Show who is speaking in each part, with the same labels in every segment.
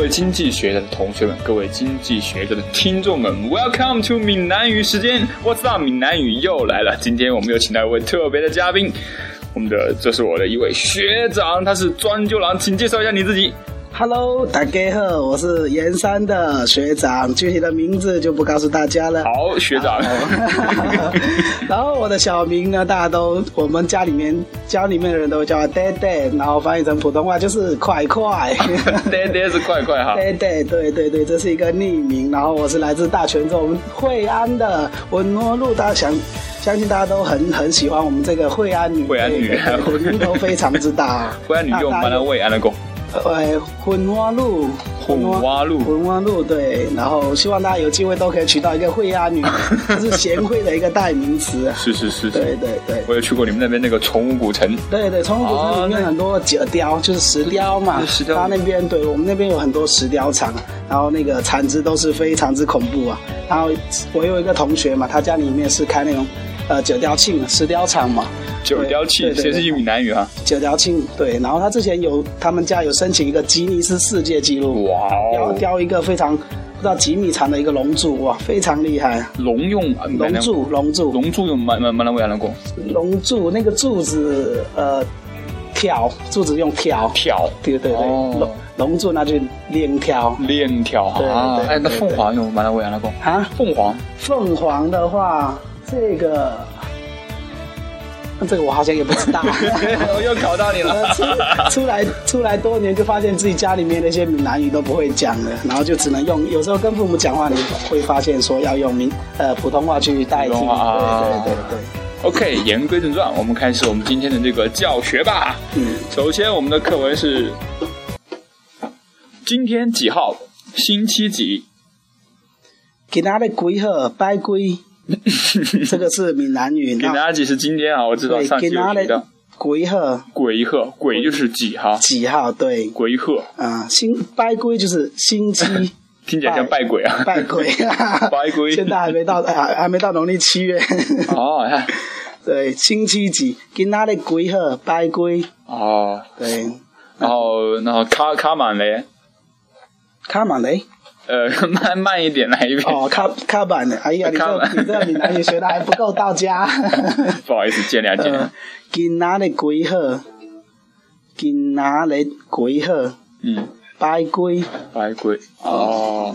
Speaker 1: 位经济学的同学们，各位经济学的听众们，Welcome to 闽南语时间，What's up？闽南语又来了。今天我们又请到一位特别的嘉宾，我们的这是我的一位学长，他是庄九郎，请介绍一下你自己。
Speaker 2: Hello，大家好，我是盐山的学长，具体的名字就不告诉大家了。
Speaker 1: 好，学长，
Speaker 2: 然后我的小名呢，大家都我们家里面家里面的人都叫我爹爹，然后翻译成普通话就是快快。
Speaker 1: 爹爹是快快哈。
Speaker 2: 对对对对对，这是一个匿名，然后我是来自大泉州我们惠安的文诺路，大家想相信大家都很很喜欢我们这个惠安女，
Speaker 1: 惠安女
Speaker 2: 对对对名头非常之大。
Speaker 1: 惠安女用
Speaker 2: 那
Speaker 1: 蛮
Speaker 2: 大家
Speaker 1: 南慰安的工，
Speaker 2: 呃，混蛙路，
Speaker 1: 混蛙路
Speaker 2: 混蛙路，对。然后希望大家有机会都可以娶到一个惠安女，就是贤惠的一个代名 词。
Speaker 1: 是是是
Speaker 2: 对
Speaker 1: 是。
Speaker 2: 对对
Speaker 1: 我也去过你们那边那个崇武古城，
Speaker 2: 对对，从古镇里面很多石雕，就是石雕嘛。
Speaker 1: 哦石雕
Speaker 2: 它那边对我们那边有很多石雕厂，然后那个产值都是非常之恐怖啊。然后我有一个同学嘛，他家里面是开那种。呃，九雕庆石雕厂嘛，
Speaker 1: 九雕气，
Speaker 2: 对对
Speaker 1: 谁
Speaker 2: 对
Speaker 1: 是闽南语啊？
Speaker 2: 九雕庆对，然后他之前有他们家有申请一个吉尼斯世界纪录，
Speaker 1: 哇
Speaker 2: 雕
Speaker 1: 哦，
Speaker 2: 雕一个非常不知道几米长的一个龙柱，哇，非常厉害！啊
Speaker 1: 龙用
Speaker 2: 龙柱，龙柱，
Speaker 1: 龙柱用蛮蛮蛮南慰安的工，
Speaker 2: 龙柱，那个柱子，呃，挑，柱子用挑，
Speaker 1: 挑
Speaker 2: 对对对，
Speaker 1: 哦
Speaker 2: 龙龙柱那就连挑
Speaker 1: 链条
Speaker 2: 对
Speaker 1: 啊
Speaker 2: 对，对
Speaker 1: 哎，那
Speaker 2: 对
Speaker 1: 凤凰用蛮南慰安的工，
Speaker 2: 啊。
Speaker 1: 凤 凰
Speaker 2: 凤凰的话，这个，这个我好像也不 知道。
Speaker 1: 我又考到你
Speaker 2: 呃，出出来出来多年，就发现自己家里面那些闽南语都不会讲了，然后就只能用。有时候跟父母讲话，你会发现说要用闽呃普通话去代替。
Speaker 1: 普通话啊
Speaker 2: 对对对 对，
Speaker 1: OK，言归正传，我们开始我们今天的这个教学吧。
Speaker 2: 嗯，
Speaker 1: 首先，我们的课文是今天几号，星期几？
Speaker 2: 给大家鬼和拜鬼，这个是闽南语。
Speaker 1: 给大
Speaker 2: 那
Speaker 1: 家几是今天啊？我知道
Speaker 2: 对
Speaker 1: 上，期
Speaker 2: 给
Speaker 1: 有
Speaker 2: 大
Speaker 1: 提
Speaker 2: 家
Speaker 1: 到
Speaker 2: 鬼和
Speaker 1: 鬼鹤，鬼就是几哈？
Speaker 2: 几号？对，
Speaker 1: 鬼鹤
Speaker 2: 啊、星拜鬼就是 星期
Speaker 1: 听起来像拜鬼啊。
Speaker 2: 拜鬼，
Speaker 1: 拜鬼
Speaker 2: 现在还没到，还还没到农历七 月。
Speaker 1: 哦，哎
Speaker 2: 对，星期几？今仔日几号？拜几？
Speaker 1: 哦，
Speaker 2: 对，
Speaker 1: 然后然后卡卡满嘞，
Speaker 2: 卡满嘞？
Speaker 1: 呃， 慢慢一点来一遍，
Speaker 2: 哦，卡卡满嘞！哎呀，你
Speaker 1: 卡
Speaker 2: 这
Speaker 1: 满
Speaker 2: 你这闽南语学的还不够到家。
Speaker 1: 不好意思，见谅见谅
Speaker 2: 呃。，今仔日几号？今仔日几号？
Speaker 1: 嗯，
Speaker 2: 拜几？
Speaker 1: 拜鬼哦，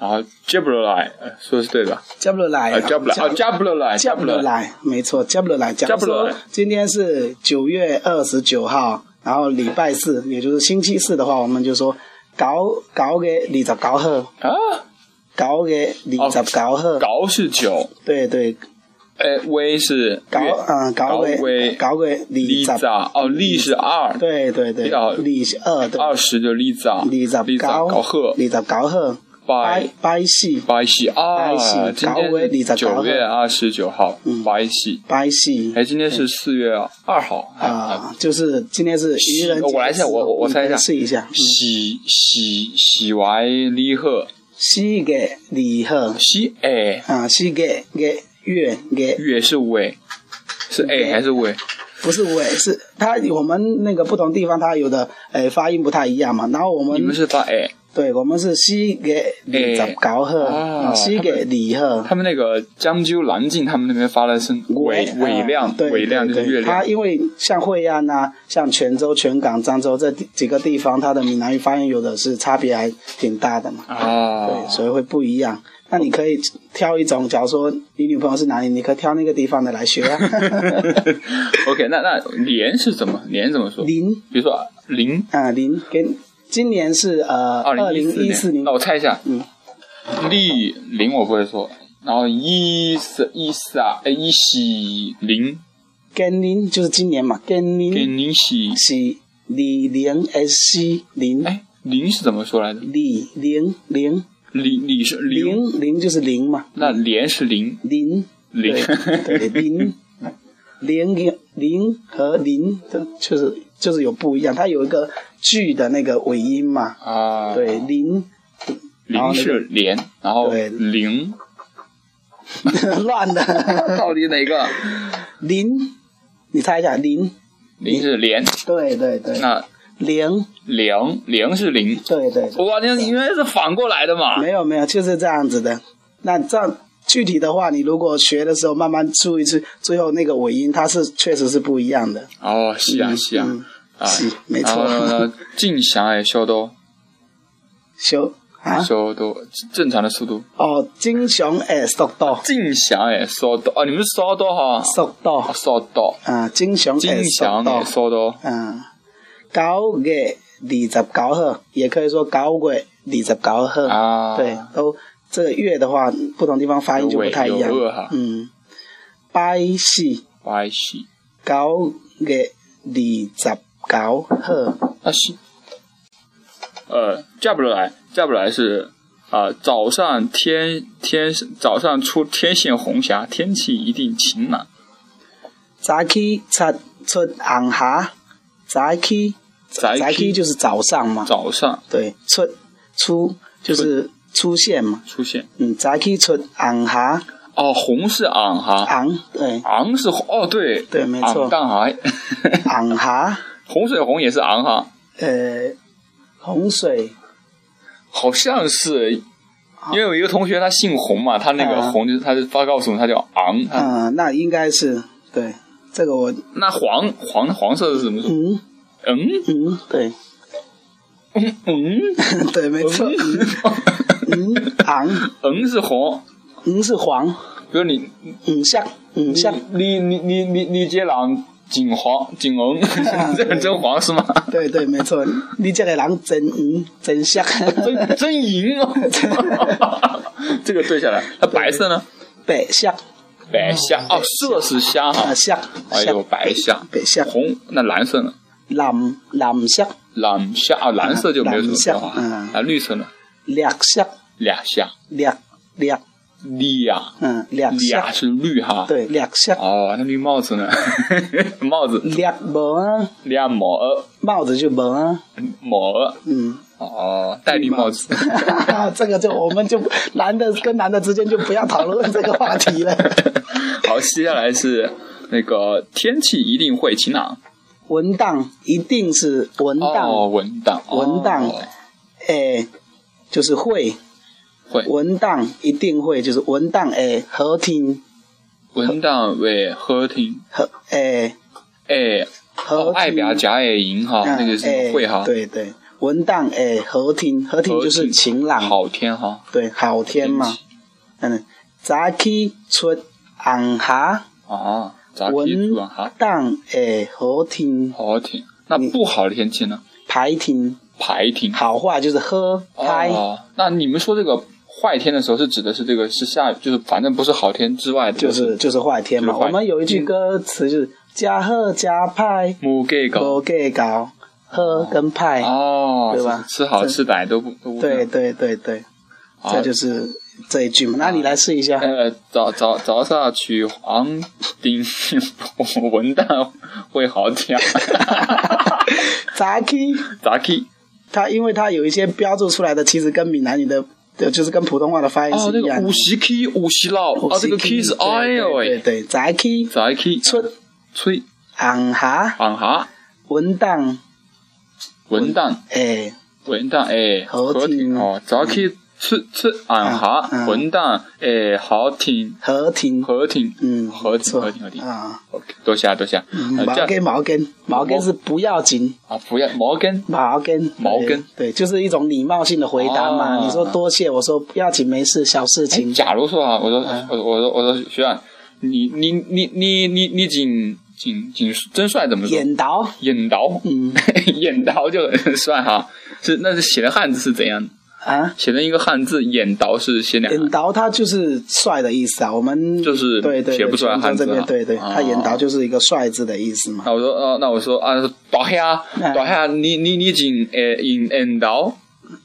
Speaker 1: 然后 j a b r l i 哎说的是对吧？
Speaker 2: 接不来
Speaker 1: 啊 j a b r l i 啊 j a b r l i
Speaker 2: 接不来，没错，接不来。假如
Speaker 1: 接不
Speaker 2: 说
Speaker 1: 来
Speaker 2: 今天是九月二十九号，然后礼拜四，也就是星期四的话，我们就说搞搞给二十九号，
Speaker 1: 啊。
Speaker 2: 搞给二十九号，
Speaker 1: 高是九，
Speaker 2: 对对，
Speaker 1: 哎，微是
Speaker 2: 搞嗯搞给
Speaker 1: 微，
Speaker 2: 搞给
Speaker 1: 栗
Speaker 2: 二
Speaker 1: 子
Speaker 2: 十，
Speaker 1: 啊，哦，栗是二，
Speaker 2: 对对对，
Speaker 1: 搞
Speaker 2: 二十二对，
Speaker 1: 二十就栗子啊，栗子
Speaker 2: 二十九，
Speaker 1: 高贺
Speaker 2: 二，十九号，
Speaker 1: 拜
Speaker 2: 拜拜四，
Speaker 1: 拜喜啊
Speaker 2: 拜，喜
Speaker 1: 今
Speaker 2: 搞微栗
Speaker 1: 天
Speaker 2: 子
Speaker 1: 是九
Speaker 2: 搞贺嗯
Speaker 1: 月二十九号，拜喜，
Speaker 2: 拜四
Speaker 1: 哎，今天是四月二号啊，
Speaker 2: 嗯啊，就是今天是愚人节，
Speaker 1: 我来一下我我我猜一下
Speaker 2: 试一下，嗯
Speaker 1: 喜喜喜怀离贺
Speaker 2: 四月二号，
Speaker 1: 喜哎，
Speaker 2: 啊，四月月月月，
Speaker 1: 月是尾，
Speaker 2: 嗯
Speaker 1: 是哎还是尾？
Speaker 2: 不是尾，是它我们那个不同地方它有的呃发音不太一样嘛。然后我
Speaker 1: 你
Speaker 2: 们
Speaker 1: 们是发哎，
Speaker 2: 对，我们是四月二十九号，
Speaker 1: 哎
Speaker 2: 啊，四月二号。
Speaker 1: 他们那个江州南靖他们那边发的是尾尾
Speaker 2: 啊
Speaker 1: 亮，
Speaker 2: 对
Speaker 1: 尾亮就是
Speaker 2: 对对
Speaker 1: 月亮
Speaker 2: 它。因为像惠安啊、像泉州、泉港、漳州这地几个地方，它的闽南语发音有的是差别还挺大的嘛。
Speaker 1: 啊，
Speaker 2: 对，所以会不一样。那你可以挑一种，假如说你女朋友是哪里，你可以挑那个地方的来学 啊。
Speaker 1: OK，那那连是怎么连怎么说？比
Speaker 2: 零
Speaker 1: 如说零
Speaker 2: 啊，零给今年是呃
Speaker 1: 二
Speaker 2: 二
Speaker 1: 零
Speaker 2: 零一四
Speaker 1: 四哦
Speaker 2: 年
Speaker 1: 那，我猜一下，
Speaker 2: 嗯，
Speaker 1: 立零我不会说，然后一四一四啊，哎一喜零
Speaker 2: 庚零就是今年嘛，庚
Speaker 1: 给
Speaker 2: 零
Speaker 1: 零喜，
Speaker 2: 是李零 S C 零
Speaker 1: 哎零是怎么说来着？
Speaker 2: 李零零
Speaker 1: 零李是零，
Speaker 2: 零零就是零嘛，
Speaker 1: 那连是零
Speaker 2: 零
Speaker 1: 零
Speaker 2: 对对零零零和零的就是就是有不一样，它有一个句的那个尾音嘛，
Speaker 1: 啊，
Speaker 2: 对，零 然
Speaker 1: 零
Speaker 2: 后那
Speaker 1: 是
Speaker 2: 个
Speaker 1: 连，然后
Speaker 2: 对
Speaker 1: 零
Speaker 2: 乱 的
Speaker 1: 到底哪个？
Speaker 2: 零，你猜一下零，
Speaker 1: 零是连，
Speaker 2: 对对对，
Speaker 1: 那
Speaker 2: 零，
Speaker 1: 零零是零，
Speaker 2: 对对对，
Speaker 1: 哇，那应该是反过来的嘛？
Speaker 2: 没有没有，就是这样子的。那这样具体的话，你如果学的时候慢慢注意，是最后那个尾音它是确实是不一样的。
Speaker 1: 哦，是啊，是啊，
Speaker 2: 嗯
Speaker 1: 啊，
Speaker 2: 是没
Speaker 1: 然后
Speaker 2: 错。
Speaker 1: 呢，进翔哎，修多
Speaker 2: 修啊，
Speaker 1: 修多，正常的速度。
Speaker 2: 哦，金熊诶，速度
Speaker 1: 进翔哎，收多哦，你们是收多哈？
Speaker 2: 速度
Speaker 1: 哦，收多，
Speaker 2: 啊，金熊
Speaker 1: 进
Speaker 2: 诶，速
Speaker 1: 翔哎，
Speaker 2: 度
Speaker 1: 收多。
Speaker 2: 嗯，九月二十九号，也可以说九月二十九号
Speaker 1: 啊
Speaker 2: 对，都这个月的话，不同地方发音就不太一样
Speaker 1: 有尾有二哈。
Speaker 2: 嗯，拜四
Speaker 1: 歪西，
Speaker 2: 九月二十九号。
Speaker 1: 那西，啊呃，架不来，架不来是啊、早上天天早上出天线红霞，天气一定晴朗。
Speaker 2: 早起擦出红霞，早起
Speaker 1: 早起
Speaker 2: 早起就是早上嘛，
Speaker 1: 早上
Speaker 2: 对，出出就是出现嘛，
Speaker 1: 出现
Speaker 2: 嗯，早起出红霞，
Speaker 1: 哦，红是昂哈，
Speaker 2: 红对
Speaker 1: 昂是红哦，对
Speaker 2: 对没错
Speaker 1: 昂当海，
Speaker 2: 红霞，
Speaker 1: 洪水 红也是昂哈，
Speaker 2: 呃，洪水
Speaker 1: 好像是。因为有一个同学他姓洪嘛，他那个
Speaker 2: 啊
Speaker 1: 洪就是他是他告诉我们他叫昂，他
Speaker 2: 嗯、那应该是对这个我
Speaker 1: 那黄黄黄色是什么？
Speaker 2: 嗯
Speaker 1: 嗯
Speaker 2: 嗯对
Speaker 1: 嗯嗯
Speaker 2: 对没错，嗯昂
Speaker 1: 嗯是红，
Speaker 2: 嗯是黄，
Speaker 1: 比如你
Speaker 2: 嗯像嗯像
Speaker 1: 你你你你你接狼景黄景 红，这个真黄是吗？
Speaker 2: 对对没错，你这个人真嗯真像
Speaker 1: 真真银 哦，这个对下来，那白色呢？
Speaker 2: 白像
Speaker 1: 白虾哦，色是虾哈
Speaker 2: 啊，像
Speaker 1: 哎
Speaker 2: 像
Speaker 1: 呦白虾，
Speaker 2: 白虾
Speaker 1: 红那蓝色呢？
Speaker 2: 蓝蓝色、
Speaker 1: 蓝虾啊，蓝色就没有什么变化
Speaker 2: 蓝虾嗯
Speaker 1: 啊，绿色呢？
Speaker 2: 绿色、
Speaker 1: 俩虾，
Speaker 2: 绿绿
Speaker 1: 俩
Speaker 2: 嗯绿色
Speaker 1: 俩，是绿啊哈，
Speaker 2: 对绿色，
Speaker 1: 哦，那绿帽子呢？ 帽子
Speaker 2: 绿无啊，
Speaker 1: 俩帽儿
Speaker 2: 帽子就无啊，
Speaker 1: 帽儿
Speaker 2: 嗯，
Speaker 1: 哦，戴绿帽子。
Speaker 2: 这个就我们就男的跟男的之间就不要讨论这个话题了。
Speaker 1: 好，接下来是那个天气一定会晴朗。
Speaker 2: 文档一定是文
Speaker 1: 哦，
Speaker 2: 档，
Speaker 1: 文档，哦
Speaker 2: 文档诶，就是会
Speaker 1: 会
Speaker 2: 文档一定会就是文档诶合听
Speaker 1: 文档为合听，
Speaker 2: 合诶
Speaker 1: 哎，
Speaker 2: 合
Speaker 1: 爱
Speaker 2: 听
Speaker 1: 表假也赢哈，
Speaker 2: 嗯
Speaker 1: 那个是
Speaker 2: 诶
Speaker 1: 会哈，
Speaker 2: 对对，文档诶合听合听就是晴朗
Speaker 1: 好天哈，
Speaker 2: 对，好天嘛
Speaker 1: 天，
Speaker 2: 嗯，早起出红霞，
Speaker 1: 啊，咋提出
Speaker 2: 文
Speaker 1: 啊哈，
Speaker 2: 档诶好天，
Speaker 1: 好天。那不好的天气呢？
Speaker 2: 排天，
Speaker 1: 排停。
Speaker 2: 好话就是喝拍，
Speaker 1: 哦，那你们说这个坏天的时候，是指的是这个是下，就是反正不是好天之外的，
Speaker 2: 就是就是坏天嘛。
Speaker 1: 就是坏嗯
Speaker 2: 我们有一句歌词就是“加喝加派，
Speaker 1: 母给狗
Speaker 2: 不给搞喝跟派
Speaker 1: 哦，
Speaker 2: 对吧
Speaker 1: 吃好
Speaker 2: 这
Speaker 1: 吃歹都不”，都不
Speaker 2: 对对对对，
Speaker 1: 好
Speaker 2: 这就是这一句嘛。那你来试一下，
Speaker 1: 呃，早早早上去黄丁 文旦会好 点。
Speaker 2: 早起
Speaker 1: 咋去？
Speaker 2: 它因为它有一些标注出来的，其实跟闽南语的，呃就是跟普通话的发音
Speaker 1: 哦，
Speaker 2: 是
Speaker 1: 那
Speaker 2: 一样
Speaker 1: 个
Speaker 2: 的
Speaker 1: 五。十 K 五十老，哦，这个 K 是
Speaker 2: 对
Speaker 1: 哎呦
Speaker 2: 对对
Speaker 1: 喂，
Speaker 2: 对，早起
Speaker 1: 咋去？
Speaker 2: 出
Speaker 1: 吹
Speaker 2: 红霞
Speaker 1: 昂哈
Speaker 2: 文档
Speaker 1: 文旦
Speaker 2: 诶，
Speaker 1: 文旦哎，
Speaker 2: 好听
Speaker 1: 好听哦，咋去？吃吃昂哈
Speaker 2: 嗯
Speaker 1: 文旦哎，好听
Speaker 2: 和亭，
Speaker 1: 好听，
Speaker 2: 嗯，
Speaker 1: 好
Speaker 2: 不
Speaker 1: 听
Speaker 2: 错
Speaker 1: 好听好听。
Speaker 2: 啊，
Speaker 1: OK，多谢啊多谢啊。
Speaker 2: 嗯
Speaker 1: 呃
Speaker 2: 毛
Speaker 1: 这样
Speaker 2: 根毛根毛根是不要紧，
Speaker 1: 啊，不要毛根
Speaker 2: 毛根
Speaker 1: 毛根
Speaker 2: 对，对就是一种礼貌性的回答嘛。
Speaker 1: 哦
Speaker 2: 你说多谢，我说不要紧，没事，小事
Speaker 1: 哎
Speaker 2: 情。
Speaker 1: 假如说啊，我说
Speaker 2: 嗯
Speaker 1: 我我说我说学长，你你你你你你景景景真帅怎么说？
Speaker 2: 眼倒，
Speaker 1: 眼倒，
Speaker 2: 嗯
Speaker 1: 眼倒就很帅哈。是那是写的汉字是怎样？
Speaker 2: 啊，
Speaker 1: 写成一个汉字，眼倒是写 两
Speaker 2: 眼
Speaker 1: 个，
Speaker 2: 倒它就是帅的意思啊。我们
Speaker 1: 就是
Speaker 2: 对对
Speaker 1: 写不出来汉字啊
Speaker 2: 泉州这边对对，
Speaker 1: 哦
Speaker 2: 它眼倒就是一个帅字的意思嘛。
Speaker 1: 那我说哦，那我说啊，倒黑啊，
Speaker 2: 哎
Speaker 1: 倒黑啊，你你呃你景诶眼眼倒，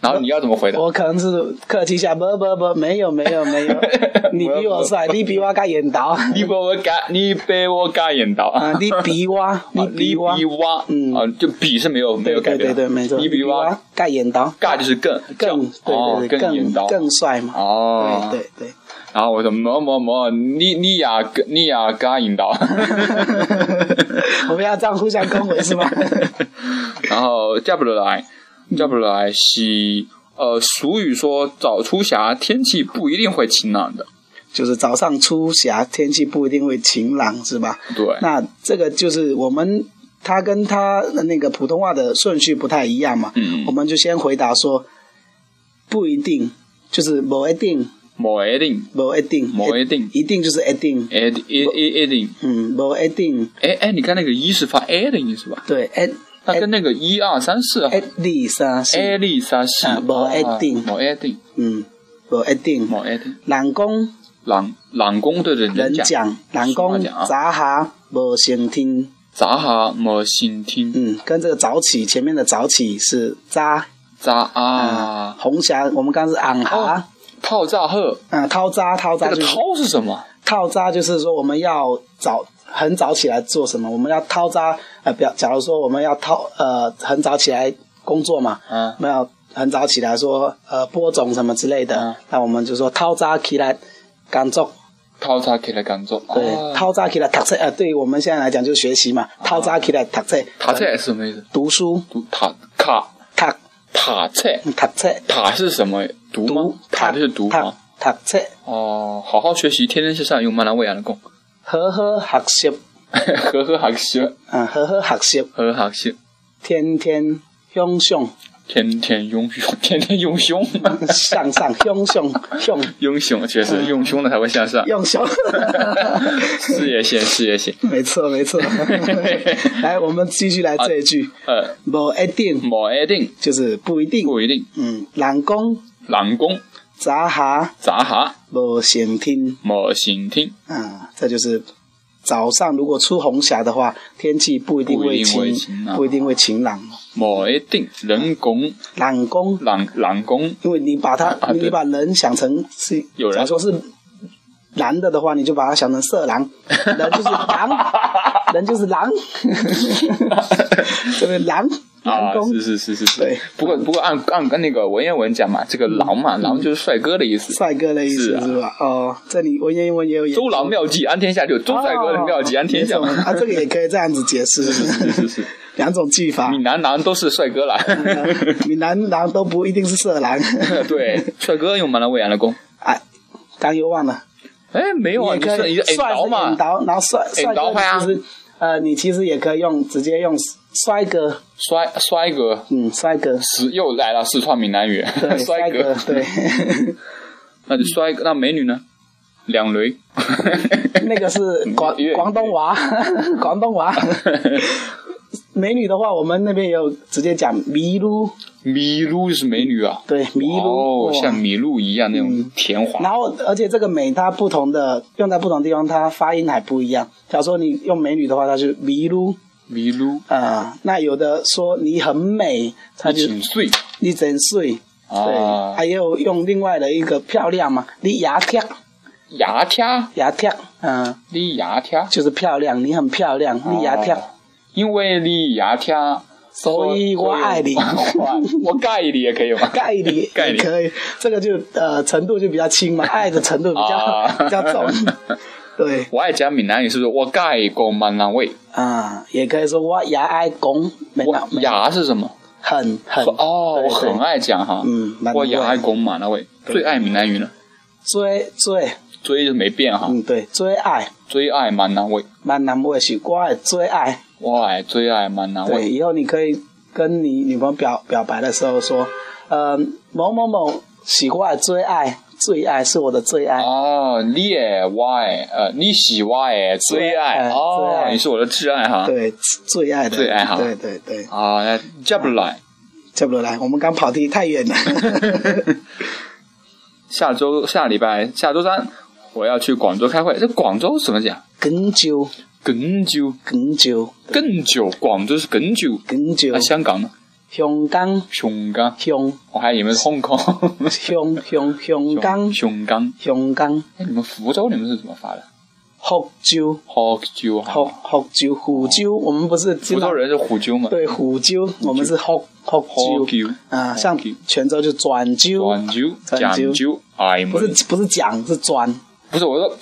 Speaker 1: 然后你要怎么回答？
Speaker 2: 我可能是客气一下，不不不，没有没有 没有，你比我帅，你比我敢眼倒。
Speaker 1: 你把我嘎，你被我嘎眼倒
Speaker 2: 啊，你比我，你
Speaker 1: 啊你
Speaker 2: 比我，
Speaker 1: 比我，
Speaker 2: 嗯
Speaker 1: 啊，就比是没有没有
Speaker 2: 对
Speaker 1: 改
Speaker 2: 对
Speaker 1: 变
Speaker 2: 对
Speaker 1: 的，
Speaker 2: 对，没错，
Speaker 1: 你比我
Speaker 2: 我盖眼刀，
Speaker 1: 尬就是更
Speaker 2: 更
Speaker 1: 叫哦
Speaker 2: 对对对，
Speaker 1: 更引
Speaker 2: 更
Speaker 1: 导
Speaker 2: 更帅嘛，
Speaker 1: 哦，
Speaker 2: 对对 对，
Speaker 1: 然后我说么么么，你你呀你呀 尬引导，
Speaker 2: 我们要这样互相恭维是吧？
Speaker 1: 然后 d a b l 来 d a b l 来是呃俗语说早出霞天气不一定会晴朗的，
Speaker 2: 就是早上出霞，天气不一定会晴朗，是吧？
Speaker 1: 对，
Speaker 2: 那这个就是我们它跟它的那个普通话的顺序不太一样嘛，
Speaker 1: 嗯
Speaker 2: 我们就先回答说不一定，就是某一定，
Speaker 1: 某一定，
Speaker 2: 某一定，
Speaker 1: 某一定
Speaker 2: 一定就是一定，
Speaker 1: 一一一一定，
Speaker 2: 嗯，某一定，
Speaker 1: 哎哎，你看那个一是发 a 的音是吧？
Speaker 2: 对，一
Speaker 1: 它跟那个一二三四啊
Speaker 2: 一二三四，
Speaker 1: a 丽莎是
Speaker 2: 啊某一定
Speaker 1: 某一定，
Speaker 2: 嗯，某一定，
Speaker 1: 某一定，
Speaker 2: 人讲
Speaker 1: 朗朗公对对
Speaker 2: 人
Speaker 1: 讲，
Speaker 2: 讲，人
Speaker 1: 俗话
Speaker 2: 讲
Speaker 1: 讲啊
Speaker 2: 早下无成天，
Speaker 1: 早哈没心听，
Speaker 2: 嗯，跟这个早起前面的早起是早
Speaker 1: 早啊，
Speaker 2: 红霞，我们刚刚是昂
Speaker 1: 哦
Speaker 2: 霞，
Speaker 1: 套炸鹤，
Speaker 2: 嗯，掏渣掏
Speaker 1: 这
Speaker 2: 渣
Speaker 1: 个
Speaker 2: 就是
Speaker 1: 涛是什么？
Speaker 2: 套扎就是说我们要早很早起来做什么？我们要掏扎呃，表假如说我们要掏呃很早起来工作嘛，
Speaker 1: 嗯
Speaker 2: 我们要很早起来说呃播种什么之类的，
Speaker 1: 嗯
Speaker 2: 那我们就说掏扎起来工作。
Speaker 1: 套炸起来工作，
Speaker 2: 对，
Speaker 1: 啊
Speaker 2: 掏扎起来读册呃，对于我们现在来讲就是学习嘛，掏扎起来读册，
Speaker 1: 塔菜是什么意思？
Speaker 2: 读书
Speaker 1: 读塔卡
Speaker 2: 读
Speaker 1: 塔菜，
Speaker 2: 读册
Speaker 1: 塔是什么？读
Speaker 2: 读
Speaker 1: 吗？塔啊就是读
Speaker 2: 读
Speaker 1: 吗？
Speaker 2: 读册，
Speaker 1: 哦，好好学习，天天向上，用慢来喂啊养的 供，
Speaker 2: 好好学习，
Speaker 1: 呵呵学习，
Speaker 2: 嗯，好好学习，
Speaker 1: 呵呵学习，
Speaker 2: 天天向上。
Speaker 1: 天天用胸， 天天用 胸，
Speaker 2: 向上，向上，向
Speaker 1: 用胸确实用胸的才会向 上，
Speaker 2: 向上。
Speaker 1: 事业线，事业线，
Speaker 2: 没错，没 错。来，我们继续来这一句，
Speaker 1: 呃，
Speaker 2: 不一定
Speaker 1: 某一定
Speaker 2: 就是不一定。
Speaker 1: 不一定，
Speaker 2: 嗯，人讲
Speaker 1: 人工
Speaker 2: 早下
Speaker 1: 杂下
Speaker 2: 无成天，
Speaker 1: 某行听，
Speaker 2: 啊，这就是早上如果出红霞的话，天气不一定会
Speaker 1: 不一定会
Speaker 2: 晴
Speaker 1: 晴，朗
Speaker 2: 不一定会晴朗。
Speaker 1: 某一定人工
Speaker 2: 人讲，
Speaker 1: 人人工
Speaker 2: 因为你把它，
Speaker 1: 啊对
Speaker 2: 你把人想成是，
Speaker 1: 有人
Speaker 2: 假如说是男的的话，你就把它想成色 狼，人就是狼，人就是狼，就是狼，
Speaker 1: 啊
Speaker 2: 狼，公。
Speaker 1: 是是是是是
Speaker 2: 对，
Speaker 1: 不过不过按按按那个文言文讲嘛，这个郎嘛，郎就是帅哥的意思。
Speaker 2: 帅哥的意
Speaker 1: 是
Speaker 2: 思
Speaker 1: 啊
Speaker 2: 是吧？哦，这里文言文也有演
Speaker 1: 周郎妙计安天下，就周帅哥的妙计安天下
Speaker 2: 哦
Speaker 1: 嘛
Speaker 2: 没。错啊，这个也可以这样子解
Speaker 1: 是
Speaker 2: 释，
Speaker 1: 是是，
Speaker 2: 两种技法。
Speaker 1: 闽南郎都是帅哥啦。
Speaker 2: 闽南狼都不一定是色狼
Speaker 1: 对，帅哥用满了魏然的功。
Speaker 2: 啊，刚又忘了，
Speaker 1: 哎， 没有啊，
Speaker 2: 你
Speaker 1: 你
Speaker 2: 也可
Speaker 1: 是
Speaker 2: 以
Speaker 1: 你是
Speaker 2: 帅
Speaker 1: 刀
Speaker 2: 是
Speaker 1: 嘛
Speaker 2: 引？导，然后帅
Speaker 1: 引
Speaker 2: 帅
Speaker 1: 导
Speaker 2: 哥
Speaker 1: 派啊
Speaker 2: 其实呃，你其实也可以用直接用帅哥，
Speaker 1: 帅帅哥，
Speaker 2: 嗯，帅哥，
Speaker 1: 是又来了四川闽南语
Speaker 2: 对，，
Speaker 1: 帅
Speaker 2: 哥
Speaker 1: 哥。，
Speaker 2: 对，
Speaker 1: 那就帅哥，那美女呢？两雷。
Speaker 2: 那个是 广
Speaker 1: 粤语
Speaker 2: 广东娃， 广东 娃。美女的话，我们那边也有直接讲麋鹿，
Speaker 1: 麋鹿是美女啊。
Speaker 2: 对，麋鹿
Speaker 1: 哦，
Speaker 2: 哇嗯
Speaker 1: 像麋鹿一样那种甜滑。
Speaker 2: 然后，而且这个美它不同的用在不同地方，它发音还不一样。假如说你用美女的话，它是麋鹿
Speaker 1: 麋鹿，
Speaker 2: 啊。那有的说你很美，它就
Speaker 1: 挺碎
Speaker 2: 你真碎。对，
Speaker 1: 啊
Speaker 2: 还。有用另外的一个漂亮嘛，你牙贴
Speaker 1: 牙贴，
Speaker 2: 牙贴，嗯、
Speaker 1: 你牙贴，
Speaker 2: 就是漂亮，你很漂亮，你牙贴，
Speaker 1: 哦因为你牙贴，
Speaker 2: 所以我爱你
Speaker 1: 我盖你也可以吗？
Speaker 2: 盖 你
Speaker 1: 盖
Speaker 2: 也
Speaker 1: 你
Speaker 2: 可以，这个就呃程度就比较 轻嘛，爱的程度比较、
Speaker 1: 啊
Speaker 2: 比较 重。对
Speaker 1: 我爱讲闽南语，是不是？我盖公闽南味，
Speaker 2: 啊、也可以说我牙爱拱，没
Speaker 1: 我
Speaker 2: 没
Speaker 1: 牙是什么？
Speaker 2: 很很
Speaker 1: 哦，我
Speaker 2: 对对
Speaker 1: 很爱讲哈。
Speaker 2: 嗯闽南味
Speaker 1: 我牙爱公闽南味，最爱闽南语了。
Speaker 2: 最最
Speaker 1: 追就没变哈，
Speaker 2: 嗯对最爱
Speaker 1: 最爱闽南味，
Speaker 2: 闽南话是我的最爱。
Speaker 1: 我爱最爱闽南
Speaker 2: 对，
Speaker 1: 味。
Speaker 2: 以后你可以跟你女朋友表表白的时候说，呃某某某是我的最爱，最爱是我的最爱。
Speaker 1: 哦，你也我爱，呃，你喜我爱最爱
Speaker 2: 哎最
Speaker 1: 哦，
Speaker 2: 爱
Speaker 1: 你是我的挚爱哈。
Speaker 2: 对，最爱的
Speaker 1: 最爱哈
Speaker 2: 对对对，
Speaker 1: 啊，那接不来。
Speaker 2: 接不来，我们刚跑题太 远了。
Speaker 1: 下周下礼拜下周三我要去广州开会。这广州怎么啊讲？
Speaker 2: 梗酒，
Speaker 1: 梗州，
Speaker 2: 梗酒，
Speaker 1: 更久，广州是梗久。
Speaker 2: 梗酒
Speaker 1: 那、，香港呢？
Speaker 2: 香港，
Speaker 1: 熊港，
Speaker 2: 香
Speaker 1: 我还以为是 Hong Kong。
Speaker 2: 香香香 港，
Speaker 1: 熊港。
Speaker 2: 香港，
Speaker 1: 哎，你们福州你们是怎么发的？
Speaker 2: 福州，
Speaker 1: 福州哈
Speaker 2: 福，福州，福州，我们不是
Speaker 1: 福
Speaker 2: 经
Speaker 1: 州
Speaker 2: 常
Speaker 1: 人是湖州嘛？
Speaker 2: 对湖州，我们是福
Speaker 1: 福
Speaker 2: 福州
Speaker 1: 州
Speaker 2: 啊，
Speaker 1: 福
Speaker 2: 像
Speaker 1: 州
Speaker 2: 泉州就转州，
Speaker 1: 广州、
Speaker 2: 泉
Speaker 1: 漳
Speaker 2: 州
Speaker 1: 州，哎，
Speaker 2: 不是不是讲是转，
Speaker 1: 不是，我说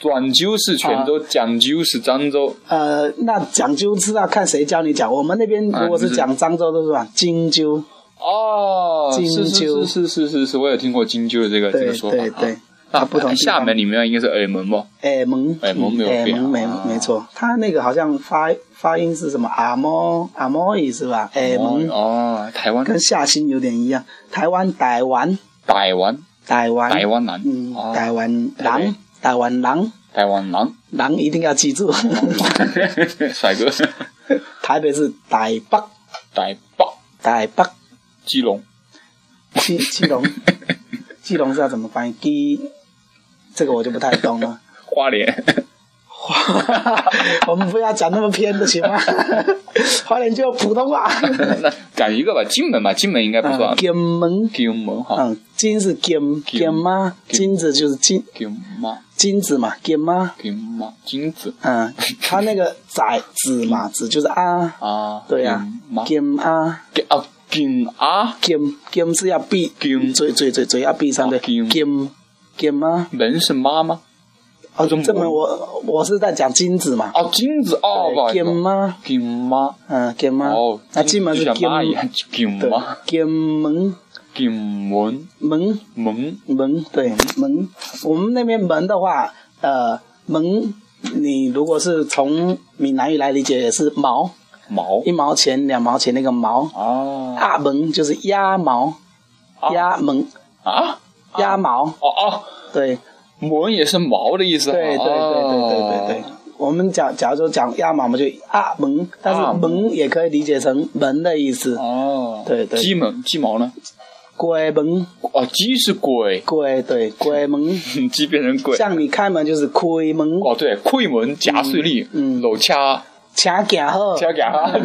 Speaker 1: 短灸是泉
Speaker 2: 啊
Speaker 1: 州，讲究是漳州。
Speaker 2: 呃，那讲究知道看谁教你讲。我们那边
Speaker 1: 啊
Speaker 2: 如果是讲漳州都是吧，金灸。
Speaker 1: 哦，
Speaker 2: 金
Speaker 1: 是是
Speaker 2: 灸
Speaker 1: 是是是是，我有听过金灸的这个这
Speaker 2: 对
Speaker 1: 个说法。
Speaker 2: 对对
Speaker 1: 啊，
Speaker 2: 它不同
Speaker 1: 那
Speaker 2: 地方
Speaker 1: 厦门里面应该是耳门吧？
Speaker 2: 哎蒙
Speaker 1: 哎蒙没有
Speaker 2: 哎
Speaker 1: 变
Speaker 2: 蒙没
Speaker 1: 啊
Speaker 2: 没错，他那个好像发发音是什么阿摩阿摩伊是吧？哎蒙
Speaker 1: 哦，台湾
Speaker 2: 跟下心有点一样，台湾台湾
Speaker 1: 台湾
Speaker 2: 台湾
Speaker 1: 台湾男，
Speaker 2: 嗯
Speaker 1: 哦
Speaker 2: 台湾
Speaker 1: 台北
Speaker 2: 狼台湾狼
Speaker 1: 台湾狼，
Speaker 2: 狼一定要记
Speaker 1: 哦
Speaker 2: 住，
Speaker 1: 帅哥，
Speaker 2: 台北是台北
Speaker 1: 台北
Speaker 2: 台北
Speaker 1: 基隆
Speaker 2: 基基隆基隆是要怎么翻译？基这个我就不太 懂了。
Speaker 1: 花莲，
Speaker 2: 我们不要讲那么偏的 行吗？花莲就普通话。
Speaker 1: 那讲一个吧，金门吧，金门应该不算
Speaker 2: 嗯，。金门，
Speaker 1: 金门哈，
Speaker 2: 嗯，金是金，
Speaker 1: 金
Speaker 2: 金吗？
Speaker 1: 金
Speaker 2: 金子就是金，
Speaker 1: 金马
Speaker 2: 金子嘛，金吗？
Speaker 1: 金马金子
Speaker 2: 嗯，它那个仔子嘛，子就是啊，
Speaker 1: 啊，
Speaker 2: 对呀
Speaker 1: 嗯金马，
Speaker 2: 金
Speaker 1: 金
Speaker 2: 啊，
Speaker 1: 啊金啊，
Speaker 2: 金金是要闭，
Speaker 1: 金
Speaker 2: 嘴嘴嘴嘴要闭上
Speaker 1: 哦
Speaker 2: 对，
Speaker 1: 金
Speaker 2: 金金啊，
Speaker 1: 门是妈吗？啊
Speaker 2: 哦，
Speaker 1: 中国
Speaker 2: 这么我我是在讲金子嘛，
Speaker 1: 哦，金子哦，不好意
Speaker 2: 金
Speaker 1: 思，
Speaker 2: 吗？
Speaker 1: 金马
Speaker 2: 嗯，金吗？
Speaker 1: 哦，
Speaker 2: 那金门是
Speaker 1: 就
Speaker 2: 金
Speaker 1: 像，妈一样，金
Speaker 2: 对
Speaker 1: 马，
Speaker 2: 金门
Speaker 1: 金门
Speaker 2: 门。
Speaker 1: 门
Speaker 2: 门对门，我们那边门的话，呃，门，你如果是从闽南语来理解，也是毛，
Speaker 1: 毛
Speaker 2: 一毛钱、两毛钱那个毛。
Speaker 1: 啊
Speaker 2: 啊门就是鸭毛，鸭门，
Speaker 1: 啊
Speaker 2: 鸭毛，
Speaker 1: 哦哦，
Speaker 2: 对
Speaker 1: 门也是毛的意思，啊
Speaker 2: 对对对对对对对
Speaker 1: 哦。。
Speaker 2: 我们假假如说讲鸭毛，我们就啊门，但
Speaker 1: 啊
Speaker 2: 是
Speaker 1: 门
Speaker 2: 门也可以理解成门的意思。
Speaker 1: 哦，
Speaker 2: 对对
Speaker 1: 鸡门鸡毛呢？
Speaker 2: 龟门，
Speaker 1: 哦，鸡是鬼，
Speaker 2: 龟对龟门，
Speaker 1: 鸡变成鬼。
Speaker 2: 像你开门就是开门，
Speaker 1: 哦，对，窥门夹碎粒，
Speaker 2: 嗯嗯
Speaker 1: 搂掐
Speaker 2: 请行 好。
Speaker 1: 掐夹。
Speaker 2: 开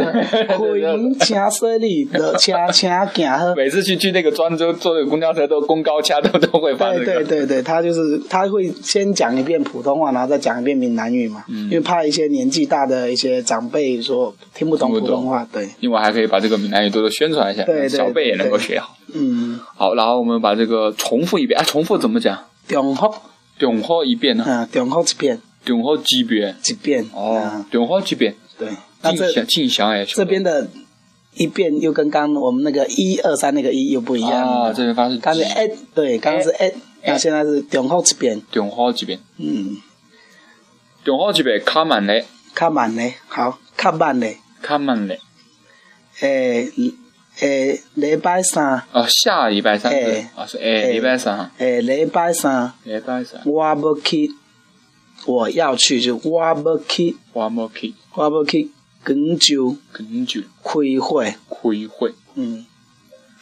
Speaker 2: 门请说你，落车请行 好。
Speaker 1: 每次去去那个庄州坐那个公交车都公高掐都都会发这
Speaker 2: 对
Speaker 1: 个。
Speaker 2: 对对对，他就是他会先讲一遍普通话，然后再讲一遍闽南语嘛，
Speaker 1: 嗯
Speaker 2: 因为怕一些年纪大的一些长辈说听不懂
Speaker 1: 听
Speaker 2: 普
Speaker 1: 不懂
Speaker 2: 通话。对，
Speaker 1: 另外还可以把这个闽南语多多宣传一下，
Speaker 2: 对对对
Speaker 1: 小辈也能够学好。
Speaker 2: 嗯，
Speaker 1: 好，然后我们把这个重复一遍，啊，重复怎么讲？
Speaker 2: 重复，
Speaker 1: 重复一遍呢？
Speaker 2: 嗯，重复一遍
Speaker 1: 重复几遍？
Speaker 2: 一遍。
Speaker 1: 哦
Speaker 2: 嗯，，
Speaker 1: 重复几遍？
Speaker 2: 对。那
Speaker 1: 静
Speaker 2: 这
Speaker 1: 祥静祥哎，
Speaker 2: 这边的一遍又跟刚我们那个一二三那个一又不一样
Speaker 1: 啊，
Speaker 2: 了。
Speaker 1: 这哎边发是
Speaker 2: 刚才 a 对，刚刚是 a 那现在是重复一遍。
Speaker 1: 重复几遍？
Speaker 2: 嗯，
Speaker 1: 重复几遍？卡满嘞，
Speaker 2: 较慢嘞，好，较慢嘞。
Speaker 1: 卡满嘞。
Speaker 2: 诶诶，礼拜三，
Speaker 1: 哦，下礼拜三是
Speaker 2: 哎
Speaker 1: 啊，是哎，礼拜三，
Speaker 2: 诶，礼拜三，
Speaker 1: 礼拜三。
Speaker 2: 我要去，我要去，就我要去，
Speaker 1: 我们去
Speaker 2: 我要去广州
Speaker 1: 广州
Speaker 2: 开会。
Speaker 1: 开会。
Speaker 2: 嗯，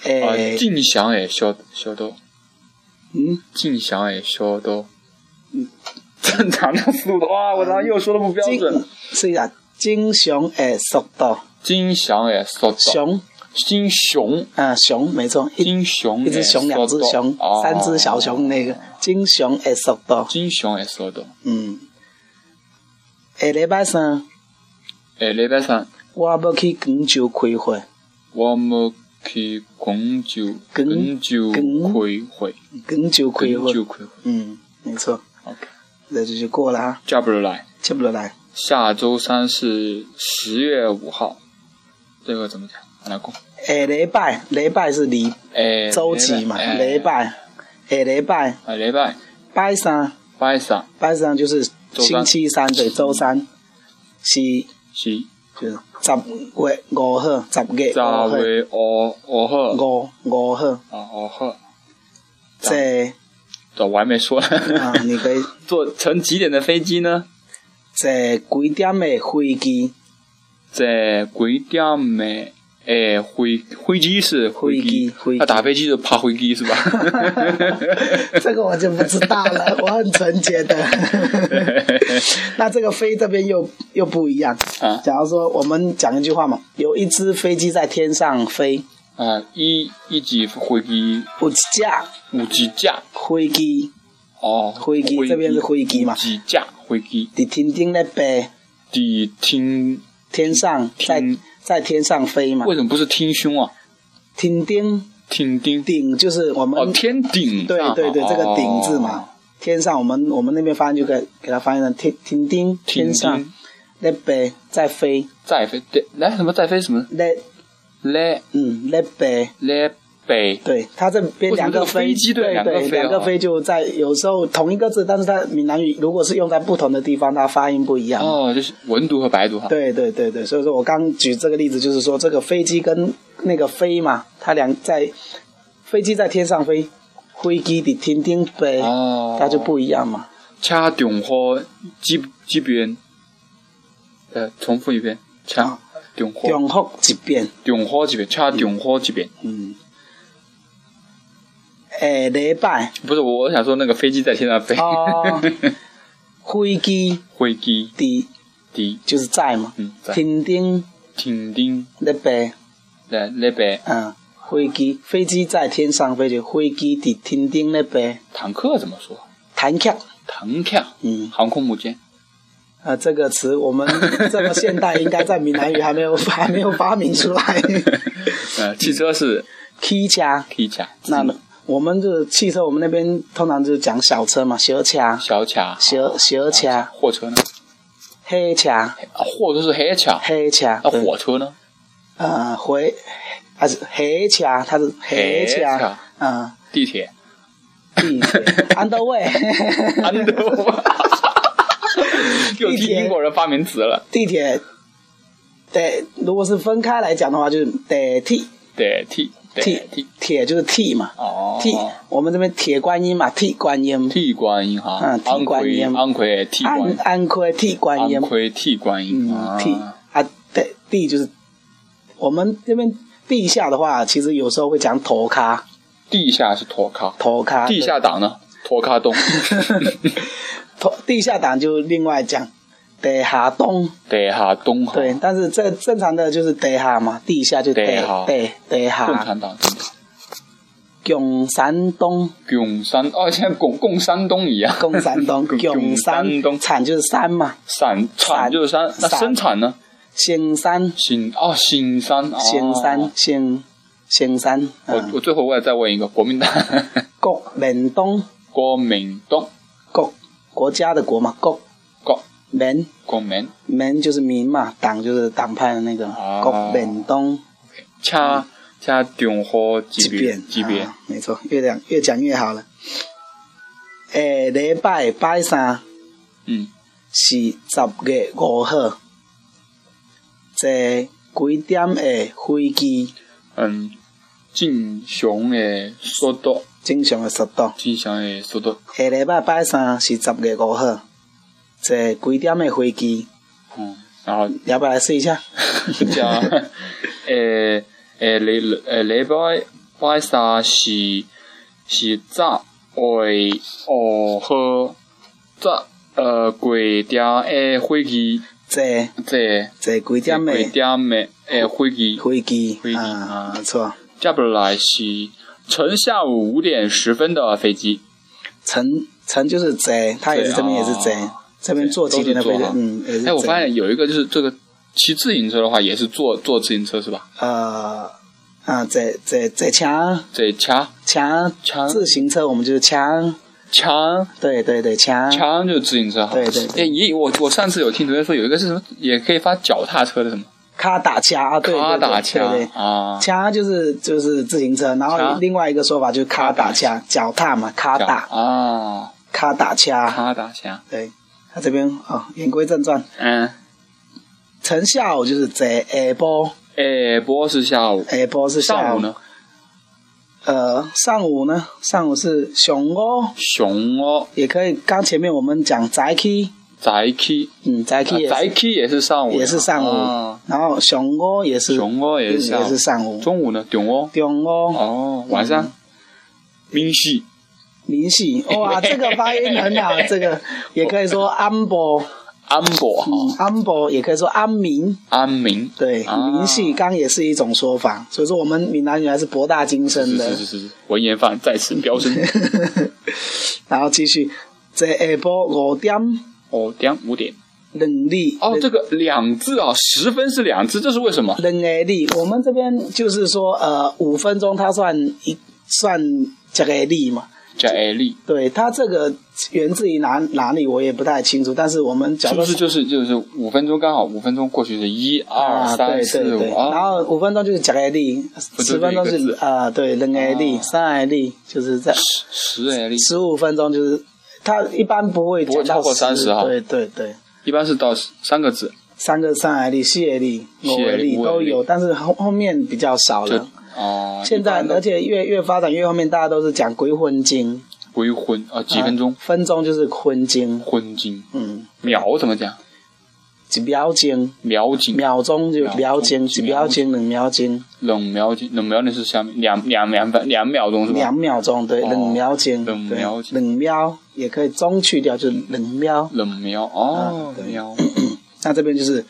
Speaker 1: 啊，
Speaker 2: 诶，
Speaker 1: 静祥诶，晓晓得，
Speaker 2: 嗯，
Speaker 1: 静祥诶，晓得。正常的速度哇！我刚刚又说的不标
Speaker 2: 正
Speaker 1: 准。
Speaker 2: 是啊，正常诶速度，
Speaker 1: 金祥诶，速度。
Speaker 2: 熊
Speaker 1: 金熊，
Speaker 2: 啊熊，没错，一
Speaker 1: 金熊
Speaker 2: 一只
Speaker 1: 的
Speaker 2: 熊，
Speaker 1: 速
Speaker 2: 两只
Speaker 1: 度
Speaker 2: 熊，三只小。熊那个正常诶速度
Speaker 1: 哦。金熊诶，速度。
Speaker 2: 嗯，下礼拜三
Speaker 1: 诶，哎礼拜三
Speaker 2: 我要去广州开会。
Speaker 1: 我们去广州，
Speaker 2: 广
Speaker 1: 广州开会，
Speaker 2: 跟酒亏
Speaker 1: 广
Speaker 2: 会，
Speaker 1: 州开会。
Speaker 2: 嗯，没错，
Speaker 1: OK，
Speaker 2: 那就就过了啊，
Speaker 1: 接不来。
Speaker 2: 接不了来。
Speaker 1: 下周三是十月五号，这个怎么讲？来过。
Speaker 2: 下礼拜，礼拜是礼
Speaker 1: 诶，
Speaker 2: 周几嘛？
Speaker 1: 哎
Speaker 2: 礼拜，下礼拜，
Speaker 1: 啊，礼拜
Speaker 2: 拜三，
Speaker 1: 拜三
Speaker 2: 拜三就是星期三，对，周三是
Speaker 1: 是
Speaker 2: 就是十月五号，十月
Speaker 1: 十月五五号，
Speaker 2: 五号，五五号，
Speaker 1: 啊五号，
Speaker 2: 这
Speaker 1: 这我还没说呢。
Speaker 2: 啊，你可以
Speaker 1: 坐乘几点的飞机呢？
Speaker 2: 这几点的飞机？
Speaker 1: 在几点的？诶，飞飞机是飞
Speaker 2: 飞机飞机
Speaker 1: 那打飞机就爬飞机是吧？
Speaker 2: 这个我就不知道了，我很纯洁 的。那这个飞这边又又不一样。
Speaker 1: 啊
Speaker 2: 假如说我们讲一句话嘛，有一只飞机在天上飞，
Speaker 1: 啊，一一级飞机
Speaker 2: 有一架
Speaker 1: 有几架？
Speaker 2: 飞机
Speaker 1: 哦，
Speaker 2: 飞机这边是飞机嘛
Speaker 1: 有几架飞机？
Speaker 2: 在天顶在飞，
Speaker 1: 你听
Speaker 2: 天上在
Speaker 1: 天
Speaker 2: 在天上飞嘛
Speaker 1: 为，什么不是听胸啊？
Speaker 2: 天顶
Speaker 1: 听丁
Speaker 2: 顶就是我们、
Speaker 1: 哦，天顶
Speaker 2: 对
Speaker 1: 上
Speaker 2: 对对、
Speaker 1: 哦
Speaker 2: 这个顶字嘛，天上，我们我们那边翻译就给给它翻译成天停丁
Speaker 1: 停
Speaker 2: 天上
Speaker 1: 经
Speaker 2: ，let 北在飞
Speaker 1: 再飞，对，来什么再飞什么
Speaker 2: let
Speaker 1: 来
Speaker 2: 嗯 let 北，
Speaker 1: 来北
Speaker 2: 对，它这边
Speaker 1: 为什么
Speaker 2: 两
Speaker 1: 这个
Speaker 2: 个
Speaker 1: 飞机对
Speaker 2: 对
Speaker 1: 两个
Speaker 2: 对
Speaker 1: 飞
Speaker 2: 两个
Speaker 1: 哦
Speaker 2: 飞就在有时候同一个字，但是它闽南语如果是用在不同的地方，它发音不一样。
Speaker 1: 哦，就是文读和白读哈。
Speaker 2: 嗯对对对对，所以说我刚举这个例子，就是说这个飞机跟那个飞嘛，它俩在飞机在天上飞，飞机的天顶飞，
Speaker 1: 哦，
Speaker 2: 它就不一样嘛。
Speaker 1: 掐中和基基边，呃，重复一遍，掐
Speaker 2: 啊
Speaker 1: 中和
Speaker 2: 重复一遍，
Speaker 1: 中和这边，掐中和这边，
Speaker 2: 嗯，下礼拜
Speaker 1: 不是我，我想说那个飞机在天上飞，
Speaker 2: 哦飞机
Speaker 1: 飞机
Speaker 2: 的
Speaker 1: 的
Speaker 2: 就是在嘛，
Speaker 1: 嗯在
Speaker 2: 天顶
Speaker 1: 停顶
Speaker 2: 那边，
Speaker 1: 在那边
Speaker 2: 嗯，飞机飞机在天上飞，就飞机的天顶那边
Speaker 1: 坦克怎么说？
Speaker 2: 弹跳，
Speaker 1: 坦克，
Speaker 2: 嗯。
Speaker 1: 航空母舰，
Speaker 2: 呃，这个词我们这么现代，应该在闽南语还没有还没有发明出来。
Speaker 1: 呃，汽车是
Speaker 2: K 车，
Speaker 1: K 卡，
Speaker 2: 那我们的汽车，我们那边通常就是讲小车嘛，小车、
Speaker 1: 小卡，
Speaker 2: 小小车、
Speaker 1: 货车呢？
Speaker 2: 黑车、
Speaker 1: 啊货车是黑卡，
Speaker 2: 黑车。
Speaker 1: 那
Speaker 2: 对
Speaker 1: 火车呢？
Speaker 2: 呃，回还是黑车，它是黑车
Speaker 1: 黑车。
Speaker 2: 嗯，
Speaker 1: 地铁
Speaker 2: 地铁，underway，
Speaker 1: ，under，又
Speaker 2: 地
Speaker 1: 替
Speaker 2: 铁
Speaker 1: 英国人发明词了，
Speaker 2: 地铁。得，如果是分开来讲的话，就是得 T
Speaker 1: 对，T 对 T，
Speaker 2: 铁就是 T 嘛，
Speaker 1: 哦
Speaker 2: T，我们这边铁观音嘛，T 观音，
Speaker 1: 替观音哈，
Speaker 2: 嗯
Speaker 1: 安
Speaker 2: 替观
Speaker 1: 徽
Speaker 2: 音
Speaker 1: 安徽替观
Speaker 2: 安
Speaker 1: 音，
Speaker 2: 安徽 T 观音
Speaker 1: 安，徽替观音
Speaker 2: 嗯
Speaker 1: 啊，
Speaker 2: ，T 啊，对，D 就是我们这边地下的话，其实有时候会讲头咖，
Speaker 1: 地下是拖咖，
Speaker 2: 头咖，
Speaker 1: 地下党呢拖咖 东，
Speaker 2: 头地下党就另外讲地下东，
Speaker 1: 地下东哈，
Speaker 2: 对，啊但是这正常的就是地下嘛，地下就地
Speaker 1: 地下
Speaker 2: 地地
Speaker 1: 共
Speaker 2: 下，
Speaker 1: 产党，
Speaker 2: 共山东，
Speaker 1: 共山哦，像共共山东一样，
Speaker 2: 共山东，
Speaker 1: 共
Speaker 2: 共
Speaker 1: 山
Speaker 2: 山
Speaker 1: 东
Speaker 2: 产就是山嘛，
Speaker 1: 产产就是山，那
Speaker 2: 散
Speaker 1: 生产呢？
Speaker 2: 兴山，
Speaker 1: 新哦，新山，哦
Speaker 2: 兴山，兴兴山，
Speaker 1: 我
Speaker 2: 嗯，
Speaker 1: 我最后我也再问一个，国民党，
Speaker 2: 国民东。
Speaker 1: 国民党，
Speaker 2: 国国家的国嘛，国
Speaker 1: 国
Speaker 2: 民
Speaker 1: 国民，
Speaker 2: 民就是民嘛，党就是党派的那个、
Speaker 1: 啊
Speaker 2: 国民东
Speaker 1: 恰恰中华级别级别
Speaker 2: 嗯啊，没错，越讲越讲越好了。诶，礼拜拜三
Speaker 1: 嗯，
Speaker 2: 是十月五号，坐几点的飞机？
Speaker 1: 嗯，正常的速度，
Speaker 2: 正常的速度。
Speaker 1: 正常的速度，
Speaker 2: 下礼拜拜三是十月五号，坐几点的飞机？
Speaker 1: 嗯，然后
Speaker 2: 要不要来试一下？
Speaker 1: 加，诶诶礼诶呃礼拜拜三是是早会哦好早呃几点诶飞机
Speaker 2: 坐
Speaker 1: 这
Speaker 2: 坐几点的
Speaker 1: 几点的诶飞机，
Speaker 2: 飞机
Speaker 1: 飞？机
Speaker 2: 啊
Speaker 1: 啊，
Speaker 2: 没错。
Speaker 1: 接不来是乘下午五点十分的飞机。
Speaker 2: 乘乘就是贼，他也是
Speaker 1: 贼
Speaker 2: 这边也是贼
Speaker 1: 哦，
Speaker 2: 这边坐几点的飞机
Speaker 1: 都是坐啊，
Speaker 2: 嗯，也是
Speaker 1: 哎，我
Speaker 2: 贼
Speaker 1: 发现有一个就是这个骑自行车的话也是坐坐自行车是吧？
Speaker 2: 呃啊，贼贼贼强
Speaker 1: 这抢
Speaker 2: 强
Speaker 1: 强
Speaker 2: 自行车，我们就是强，
Speaker 1: 抢
Speaker 2: 对对对强，
Speaker 1: 抢就是自行车哈。
Speaker 2: 对对对
Speaker 1: 哎，也我我上次有听同学说有一个是什么也可以发脚踏车的什么？
Speaker 2: 卡打掐啊，对对
Speaker 1: 卡
Speaker 2: 对
Speaker 1: 打
Speaker 2: 对
Speaker 1: 枪
Speaker 2: 对。
Speaker 1: 啊，
Speaker 2: 掐就是就是自行车，然后
Speaker 1: 掐
Speaker 2: 另外一个说法就是卡打掐，脚踏嘛，卡
Speaker 1: 脚
Speaker 2: 打
Speaker 1: 啊，
Speaker 2: 卡打掐，
Speaker 1: 卡打枪。
Speaker 2: 对，他这边哦，言归正传，
Speaker 1: 嗯，
Speaker 2: 乘下午就是贼，下晡
Speaker 1: 哎，波是下午，
Speaker 2: 下晡是
Speaker 1: 上
Speaker 2: 下
Speaker 1: 午
Speaker 2: 午，
Speaker 1: 呢？
Speaker 2: 呃，上午呢，上午是上午。
Speaker 1: 熊哦，
Speaker 2: 也可以。刚前面我们讲宅 k
Speaker 1: 宅 K，
Speaker 2: 嗯，宅 k 也是、
Speaker 1: 宅 K 也是啊上午的，
Speaker 2: 也是上午，
Speaker 1: 啊
Speaker 2: 然后熊窝也是
Speaker 1: 熊哦也是
Speaker 2: 嗯
Speaker 1: 上
Speaker 2: 也
Speaker 1: 午
Speaker 2: 是，上午，嗯
Speaker 1: 中午呢？中午
Speaker 2: 中窝
Speaker 1: 哦，晚上明夕
Speaker 2: 明细， 哇，这个发音很好，这个也可以说安博，
Speaker 1: 安博哈，
Speaker 2: 嗯，安博也可以说安民。
Speaker 1: 安民
Speaker 2: 对，
Speaker 1: 啊
Speaker 2: 明细刚也是一种说法，所以说我们闽南语还是博大精深
Speaker 1: 是
Speaker 2: 的。
Speaker 1: 是是是，是文言范再次飙升。
Speaker 2: 然后继续，这下晡五点
Speaker 1: 哦，点五点
Speaker 2: 两里
Speaker 1: 哦，这个两字啊，十分是两字，这是为什么？
Speaker 2: 人 A 力，我们这边就是说，呃，五分钟它算一算这个力嘛，
Speaker 1: 叫艾丽，
Speaker 2: 对它这个源自于哪哪里我也不太清楚，但是我们假
Speaker 1: 是
Speaker 2: 如
Speaker 1: 不是就是就是五分钟刚好五分钟过去是一二
Speaker 2: 啊，
Speaker 1: 三
Speaker 2: 对
Speaker 1: 四
Speaker 2: 对对，
Speaker 1: 五啊
Speaker 2: 然后五分钟就是讲 A D，
Speaker 1: 不就
Speaker 2: 十分钟
Speaker 1: 这一
Speaker 2: 是
Speaker 1: 个字
Speaker 2: 啊、对冷 A D，
Speaker 1: 啊
Speaker 2: 三 A D 就是在
Speaker 1: 十艾丽，
Speaker 2: 十五分钟就是它一般不会
Speaker 1: 不会超
Speaker 2: 讲到
Speaker 1: 过30哈
Speaker 2: 对对对，
Speaker 1: 一般是到三个字
Speaker 2: 三个三 A D、四 A D、五 A
Speaker 1: CAD
Speaker 2: D 都
Speaker 1: 五 AD
Speaker 2: 有，但是后后面比较少
Speaker 1: 就
Speaker 2: 了。
Speaker 1: 哦。
Speaker 2: 现在
Speaker 1: 一般的
Speaker 2: 而且越越发展越后面，大家都是讲归婚经，
Speaker 1: 归婚啊，几
Speaker 2: 啊
Speaker 1: 分钟
Speaker 2: 分钟就是婚经，
Speaker 1: 婚经
Speaker 2: 嗯，
Speaker 1: 秒怎么讲？
Speaker 2: 几秒经。
Speaker 1: 秒经
Speaker 2: 秒钟就秒
Speaker 1: 秒钟
Speaker 2: 经，几秒经，两秒经，
Speaker 1: 冷秒经冷秒那是下面两两两分两秒钟是吧？
Speaker 2: 两秒钟，对，
Speaker 1: 哦
Speaker 2: 两秒经，
Speaker 1: 两
Speaker 2: 对
Speaker 1: 秒经
Speaker 2: 两秒也可以中去掉，就是两秒。
Speaker 1: 冷秒哦
Speaker 2: 啊，对
Speaker 1: 秒
Speaker 2: 那这边就是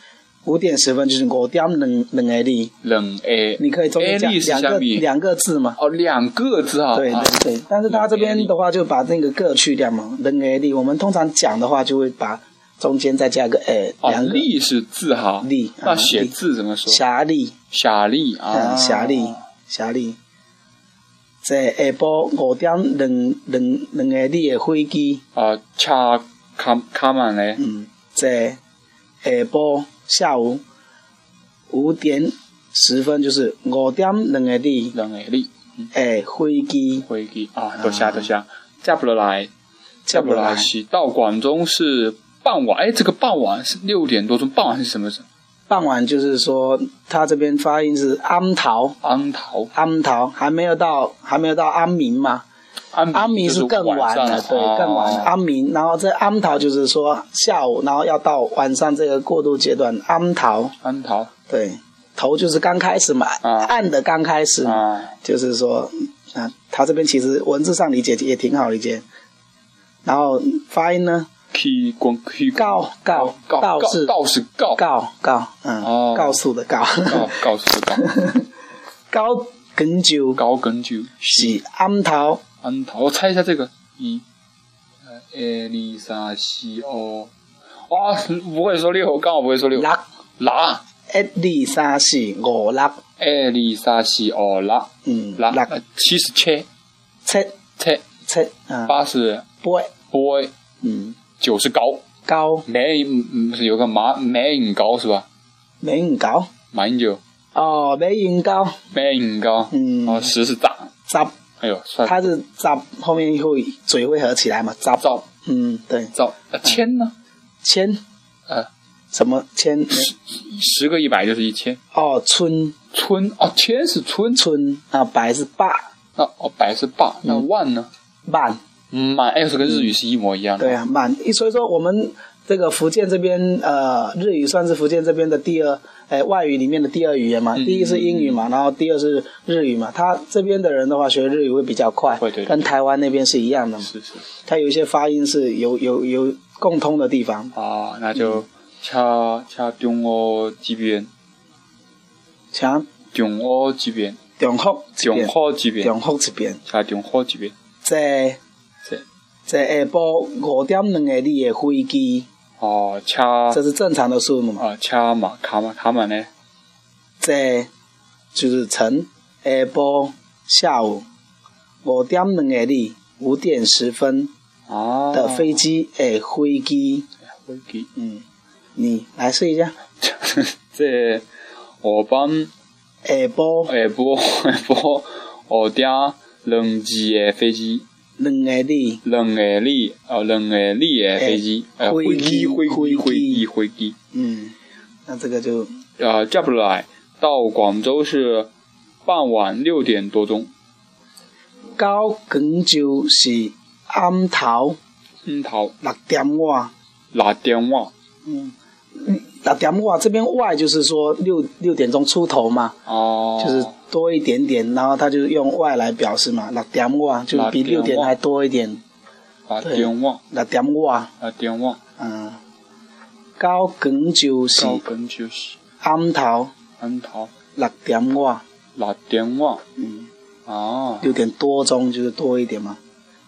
Speaker 2: 五点十分，就是五点两两个力，
Speaker 1: 冷 A
Speaker 2: 你可以中间
Speaker 1: A
Speaker 2: 讲
Speaker 1: 力是
Speaker 2: 两
Speaker 1: 下
Speaker 2: 个
Speaker 1: 面
Speaker 2: 两个字嘛。
Speaker 1: 哦，两个字啊，
Speaker 2: 对
Speaker 1: 啊
Speaker 2: 对对，但是它这边的话就把那个个去掉嘛，两个力。我们通常讲的话就会把中间再加个诶，
Speaker 1: 哦
Speaker 2: 两，个
Speaker 1: 力是字哈，
Speaker 2: 力
Speaker 1: 那
Speaker 2: 啊
Speaker 1: 写
Speaker 2: 力
Speaker 1: 字怎么说？
Speaker 2: 霞力，
Speaker 1: 霞力啊，
Speaker 2: 嗯，霞力，霞力。在下晡五点两两两个力的飞机，
Speaker 1: 啊，恰卡卡满嘞，
Speaker 2: 嗯，在下晡下午五点十分就是五点两个力。
Speaker 1: 冷 A 力
Speaker 2: 诶，飞机
Speaker 1: 回去啊，多下多下，接不来，接不来是到广州是傍晚，哎，这个傍晚是六点多钟，傍晚是什么时候？
Speaker 2: 傍晚就是说，他这边发音是安桃，
Speaker 1: 安桃，
Speaker 2: 安桃还没有到，还没有到安民嘛，
Speaker 1: 安
Speaker 2: 安
Speaker 1: 民
Speaker 2: 民
Speaker 1: 嗯就是
Speaker 2: 更
Speaker 1: 晚
Speaker 2: 晚
Speaker 1: 上
Speaker 2: 了，对，更晚了。
Speaker 1: 哦
Speaker 2: 安民，然后这安桃就是说下午，然后要到晚上这个过渡阶段，安桃，
Speaker 1: 安桃
Speaker 2: 对，头就是刚开始嘛，
Speaker 1: 啊
Speaker 2: 暗的刚开始，
Speaker 1: 啊，
Speaker 2: 就是说，啊，他这边其实文字上理解也挺好理解，然后发音呢，
Speaker 1: 去广去
Speaker 2: 告告
Speaker 1: 哦告
Speaker 2: 告是
Speaker 1: 告是告
Speaker 2: 告告，嗯，
Speaker 1: 哦
Speaker 2: 告诉的告。
Speaker 1: 告告是告
Speaker 2: 高梗酒
Speaker 1: 高跟酒
Speaker 2: 是暗头
Speaker 1: 安桃，我猜一下这个一，呃，艾丽莎西欧，啊，不会说六，刚好不会说六，
Speaker 2: 六，
Speaker 1: 拉，
Speaker 2: 一、二、三、四、五、六，
Speaker 1: 艾丽莎西欧拉
Speaker 2: 嗯，
Speaker 1: 拉，
Speaker 2: 六、
Speaker 1: 呃七是切
Speaker 2: 七、
Speaker 1: 切，
Speaker 2: 七，啊，
Speaker 1: 八是
Speaker 2: 八，
Speaker 1: boy，
Speaker 2: 嗯，
Speaker 1: 九是高
Speaker 2: 九，
Speaker 1: ，man 嗯是有个马 man 高是吧？
Speaker 2: 美元九，
Speaker 1: 马英九
Speaker 2: 哦，美元九，
Speaker 1: man 高，
Speaker 2: 嗯
Speaker 1: 然后十是炸，
Speaker 2: 十，
Speaker 1: 哎呦，算
Speaker 2: 它是十后面会嘴会合起来嘛，十，
Speaker 1: 造
Speaker 2: 嗯，对，
Speaker 1: 造，呃千呢？
Speaker 2: 千
Speaker 1: 呃，
Speaker 2: 什么千？
Speaker 1: 十个一百就是一千。
Speaker 2: 哦，春
Speaker 1: 村哦，千是村，
Speaker 2: 春啊，百是八
Speaker 1: 那哦百是霸，那
Speaker 2: 嗯
Speaker 1: 万呢？
Speaker 2: 万，
Speaker 1: 嗯，满又是跟日语是一模一样的。
Speaker 2: 对啊，满，所以说我们这个福建这边，呃，日语算是福建这边的第二，哎，外语里面的第二语言
Speaker 1: 嗯
Speaker 2: 嘛。第一是英语嘛，然后第二是日语嘛。他这边的人的话，学日语会比较快
Speaker 1: 会对对，
Speaker 2: 跟台湾那边是一样的嘛。
Speaker 1: 是是是
Speaker 2: 它有一些发音是有有有共通的地方，
Speaker 1: 啊，那就恰恰中欧这边，
Speaker 2: 像
Speaker 1: 中欧这边，
Speaker 2: 中福这
Speaker 1: 中
Speaker 2: 边，
Speaker 1: 好这边，
Speaker 2: 中福这边，
Speaker 1: 恰中好这边，
Speaker 2: 在
Speaker 1: 这
Speaker 2: 在下晡五点两个里的飞机，
Speaker 1: 哦恰
Speaker 2: 这是正常的数目嘛？
Speaker 1: 啊恰嘛卡嘛卡嘛呢？
Speaker 2: 这就是晨下晡下午五点两个里五点十分
Speaker 1: 啊
Speaker 2: 的飞机诶飞机，
Speaker 1: 飞机，
Speaker 2: 嗯，你来试一下
Speaker 1: 这我帮哎
Speaker 2: 下晡
Speaker 1: 下波下波我点两支的飞机。
Speaker 2: 两个里
Speaker 1: 两个里哦，两个里的飞机，呃，飞
Speaker 2: 飞
Speaker 1: 机，
Speaker 2: 机
Speaker 1: 飞机，
Speaker 2: 哎飞机
Speaker 1: 飞机，飞机，
Speaker 2: 嗯，那这个就
Speaker 1: 呃，接不来，到广州是傍晚六点多钟，
Speaker 2: 到广州是暗头
Speaker 1: 嗯，头
Speaker 2: 六点外，
Speaker 1: 六点外
Speaker 2: 嗯。六点外这边外就是说六六点钟出头嘛，
Speaker 1: 哦，
Speaker 2: 就是多一点点，然后他就用 y 来表示嘛，六点外就比
Speaker 1: 六
Speaker 2: 六
Speaker 1: 点
Speaker 2: 点
Speaker 1: 外
Speaker 2: 还多一点，
Speaker 1: 六点外，
Speaker 2: 六点外，
Speaker 1: 六点外，
Speaker 2: 嗯，到广州是
Speaker 1: 到广州是
Speaker 2: 暗头
Speaker 1: 安头
Speaker 2: 六点外，
Speaker 1: 六点外，
Speaker 2: 嗯，
Speaker 1: 哦，
Speaker 2: 六点多钟就是多一点嘛，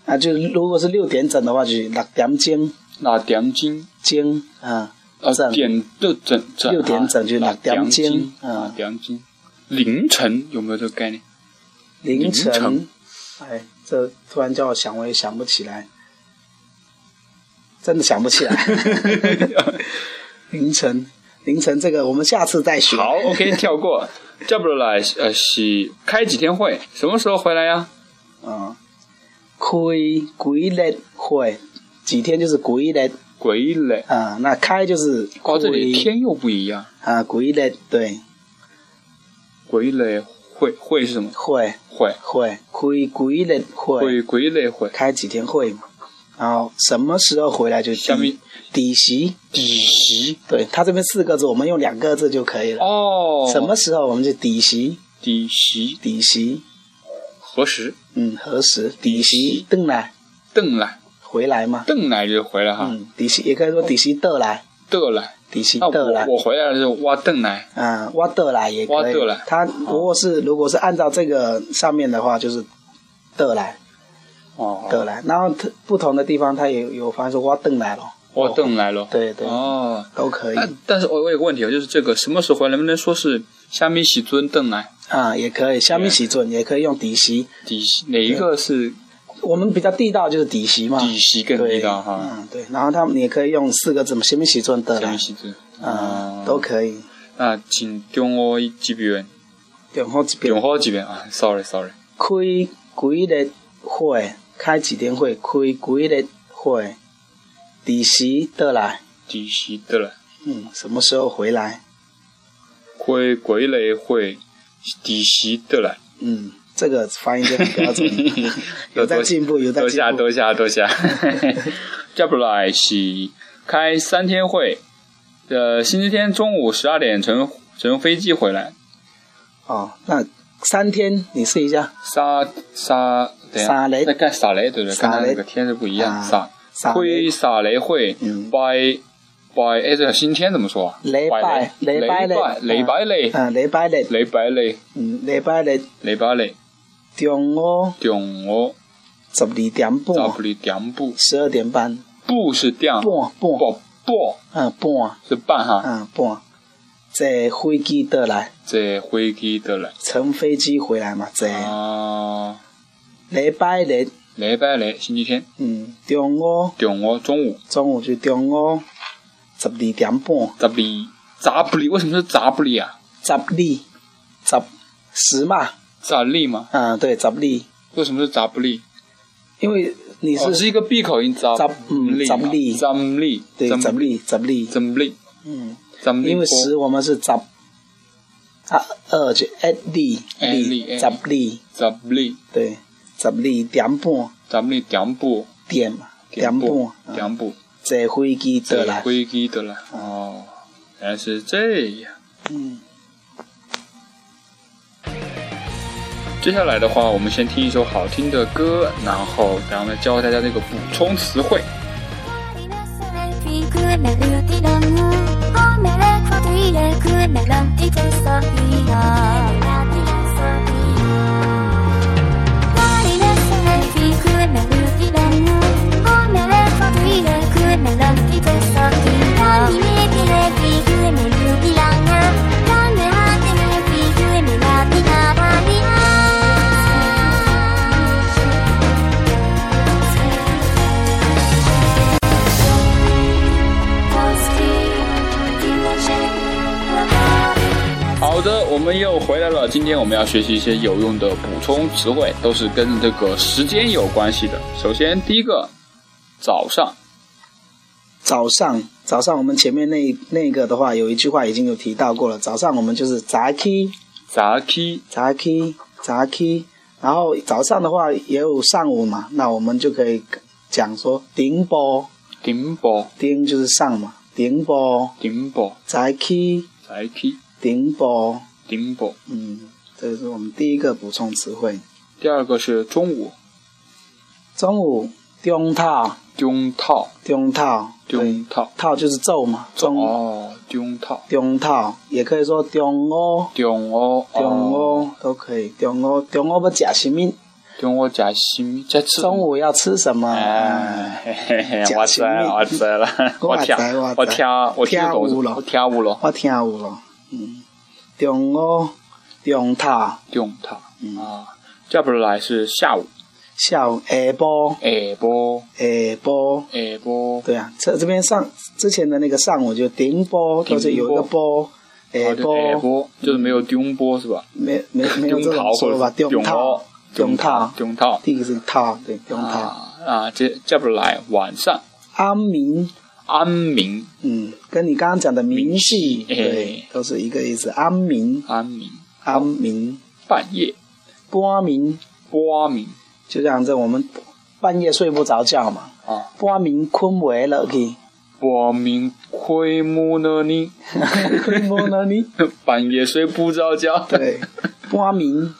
Speaker 2: 啊，就是如果是六点整的话，就是六点整
Speaker 1: 六点钟，
Speaker 2: 整啊，
Speaker 1: 呃，
Speaker 2: 整
Speaker 1: 点六整整，
Speaker 2: 六点整就是
Speaker 1: 啊
Speaker 2: 六点钟
Speaker 1: 钟，
Speaker 2: 嗯
Speaker 1: 六点钟，凌晨有没有这个概念？
Speaker 2: 凌
Speaker 1: 凌晨
Speaker 2: 晨哎，这突然叫我想，我也想不起来，真的想不起 来。凌晨，凌晨这个我们下次再学。
Speaker 1: 好，OK，跳过。叫不来，呃，是开几天会？什么时候回来呀？
Speaker 2: 嗯，开几日会？几天就是几日
Speaker 1: 鬼嘞！
Speaker 2: 啊？那开就是
Speaker 1: 哦，这里
Speaker 2: 几
Speaker 1: 天又不一样。
Speaker 2: 啊，几日对
Speaker 1: 鬼嘞会会是什么？
Speaker 2: 会
Speaker 1: 会
Speaker 2: 会开几日会
Speaker 1: 会鬼嘞会。
Speaker 2: 开几天会嘛？然后什么时候回来就
Speaker 1: 下面
Speaker 2: 底底席，
Speaker 1: 底席
Speaker 2: 对他这边四个字，我们用两个字就可以了。
Speaker 1: 哦，
Speaker 2: 什么时候我们就底席？
Speaker 1: 底席？
Speaker 2: 底席，
Speaker 1: 何时？
Speaker 2: 嗯，何时？底席邓来
Speaker 1: 邓来
Speaker 2: 回来嘛？
Speaker 1: 邓来就回来哈，
Speaker 2: 嗯，底席也可以说底席得来，
Speaker 1: 得来。
Speaker 2: 底席
Speaker 1: 那
Speaker 2: 得来
Speaker 1: 我，我回来的时候哇，邓来
Speaker 2: 嗯，挖得来也
Speaker 1: 啊挖
Speaker 2: 可以
Speaker 1: 得来。
Speaker 2: 他不过是如果是按照这个上面的话，就是得来
Speaker 1: 哦，
Speaker 2: 得来，然后它不同的地方它也有，反正说挖邓来了，
Speaker 1: 哇，邓来了。
Speaker 2: 对对
Speaker 1: 哦，
Speaker 2: 都可以
Speaker 1: 那但是我我有个问题啊，就是这个什么时候回来？能不能说是虾米喜尊邓来？
Speaker 2: 啊，也可以。下面起准也可以用底席，
Speaker 1: 底席哪一个是
Speaker 2: 我们比较地道就是底席嘛。
Speaker 1: 底席更地道
Speaker 2: 对
Speaker 1: 哈？
Speaker 2: 嗯，对。然后他们也可以用四个字嘛，下面起准得
Speaker 1: 虾
Speaker 2: 来
Speaker 1: 米，喜尊
Speaker 2: 嗯，都可以。
Speaker 1: 那请中我几遍，
Speaker 2: 然后这边
Speaker 1: 中好几遍啊？Sorry Sorry，
Speaker 2: 开几日会，开几天会，开几日会，底时得来，
Speaker 1: 底席得了，
Speaker 2: 嗯，什么时候回来？
Speaker 1: 会鬼雷会底席得了，
Speaker 2: 嗯，这个翻译就很 标准， 有在进步，有在
Speaker 1: 多
Speaker 2: 进
Speaker 1: 下
Speaker 2: 步。
Speaker 1: 多下多下，加不来是开三天会，呃，星期天中午十二点乘乘飞机回来，
Speaker 2: 哦，那三天你试一下，
Speaker 1: 沙沙等一下
Speaker 2: 撒雷
Speaker 1: 那干撒雷对不对？
Speaker 2: 撒
Speaker 1: 刚
Speaker 2: 雷
Speaker 1: 才那个天是不一样，
Speaker 2: 啊
Speaker 1: 撒
Speaker 2: 撒
Speaker 1: 会
Speaker 2: 雷
Speaker 1: 撒雷会
Speaker 2: 嗯
Speaker 1: 拜拜，哎，这个星天怎么说啊？
Speaker 2: 礼拜
Speaker 1: 雷
Speaker 2: 礼拜
Speaker 1: 雷拜雷拜雷
Speaker 2: 嘞啊，礼拜日，
Speaker 1: 雷拜雷
Speaker 2: 嗯，礼拜日
Speaker 1: 雷拜雷，
Speaker 2: 中午
Speaker 1: 中午
Speaker 2: 十二点半
Speaker 1: 十，二点半，
Speaker 2: 十二点半，
Speaker 1: 不是点，
Speaker 2: 半半，
Speaker 1: 不不
Speaker 2: 嗯，半，
Speaker 1: 是半哈，
Speaker 2: 嗯，半，坐飞机得来，
Speaker 1: 这飞机得了
Speaker 2: 乘飞机回来嘛，坐
Speaker 1: 啊。
Speaker 2: 礼拜日。
Speaker 1: 礼拜日星期天
Speaker 2: 嗯，中午
Speaker 1: 中午中午
Speaker 2: 中午就中午十二点半，
Speaker 1: 十二咋不里？为什么是咋不里啊？
Speaker 2: 十二十十嘛，
Speaker 1: 咋里吗？
Speaker 2: 嗯，对，十二，
Speaker 1: 为什么是咋不里？
Speaker 2: 因为你是、
Speaker 1: 哦，是一个闭口音，咋
Speaker 2: 咋嗯咋不利
Speaker 1: 咋啊不利，
Speaker 2: 对
Speaker 1: 咋
Speaker 2: 十
Speaker 1: 不利，
Speaker 2: 二十二，
Speaker 1: 咋不利，
Speaker 2: 嗯，
Speaker 1: 咋不利
Speaker 2: 因为
Speaker 1: 过
Speaker 2: 十我们是十啊二就一里
Speaker 1: 哎
Speaker 2: 里
Speaker 1: 里
Speaker 2: 十二，
Speaker 1: 咋不利，
Speaker 2: 对，十二点半
Speaker 1: 咋不利点半
Speaker 2: 点嘛点半，嗯
Speaker 1: 点半，
Speaker 2: 坐飞机
Speaker 1: 这
Speaker 2: 得来，
Speaker 1: 飞机的了。哦，原来是这样。
Speaker 2: 嗯，
Speaker 1: 接下来的话，我们先听一首好听的歌，然后然后呢教大家这个补充词汇。好的，我们又回来了。今天我们要学习一些有用的补充词汇，都是跟这个时间有关系的。首先第一个，早上，
Speaker 2: 早上，早上我们前面那那个的话，有一句话已经有提到过了。早上我们就是早起，
Speaker 1: 早起，
Speaker 2: 早起，早起。然后早上的话也有上午嘛，那我们就可以讲说顶波，
Speaker 1: 顶波，
Speaker 2: 顶就是上嘛，顶波，
Speaker 1: 顶波，
Speaker 2: 早起，
Speaker 1: 早起，
Speaker 2: 顶波。
Speaker 1: 顶波。
Speaker 2: 嗯，这是我们第一个补充词汇。
Speaker 1: 第二个是中午，
Speaker 2: 中午中套，
Speaker 1: 中套，
Speaker 2: 中套，对
Speaker 1: 中，套，
Speaker 2: 套就是昼嘛，中
Speaker 1: 哦，中套，
Speaker 2: 中套也可以说中午。
Speaker 1: 中午，
Speaker 2: 中
Speaker 1: 哦，
Speaker 2: 午都可以，中午中午要吃什么？
Speaker 1: 中午吃什么？吃吃。
Speaker 2: 中。午要吃什么？
Speaker 1: 哎，嘿嘿嘿，我知了，我知了，
Speaker 2: 我
Speaker 1: 我
Speaker 2: 知
Speaker 1: 听
Speaker 2: 我，知
Speaker 1: 我听，我听
Speaker 2: 听有
Speaker 1: 懂
Speaker 2: 了
Speaker 1: 我听有了。
Speaker 2: 我听有咯，嗯，中午中头
Speaker 1: 用它
Speaker 2: 嗯
Speaker 1: 啊。接不来是下午，
Speaker 2: 下午下波
Speaker 1: 下波
Speaker 2: 下波，
Speaker 1: 下波，
Speaker 2: 对啊，这这边上之前的那个上午就顶波，都是有一个波，下
Speaker 1: 哦就下
Speaker 2: 波
Speaker 1: 波就是没有丢波是吧？
Speaker 2: 没 没没有
Speaker 1: 丢
Speaker 2: 这
Speaker 1: 桃
Speaker 2: 种
Speaker 1: 或
Speaker 2: 说
Speaker 1: 者
Speaker 2: 法，
Speaker 1: 丢
Speaker 2: 中套中套，
Speaker 1: 丢套
Speaker 2: 第一个是套，对中套，
Speaker 1: 啊啊，接接不来晚上
Speaker 2: 安民，
Speaker 1: 安民
Speaker 2: 嗯，跟你刚刚讲的民系，
Speaker 1: 民系
Speaker 2: 对，都是一个意思，安民
Speaker 1: 安民
Speaker 2: 安民，
Speaker 1: 半夜
Speaker 2: 波民，
Speaker 1: 波民
Speaker 2: 就像这我们半夜睡不着觉嘛，
Speaker 1: 啊
Speaker 2: 波民困为了去，
Speaker 1: 波民亏木呢 你
Speaker 2: 困不了你。
Speaker 1: 半夜睡不着觉，
Speaker 2: 对，半暝，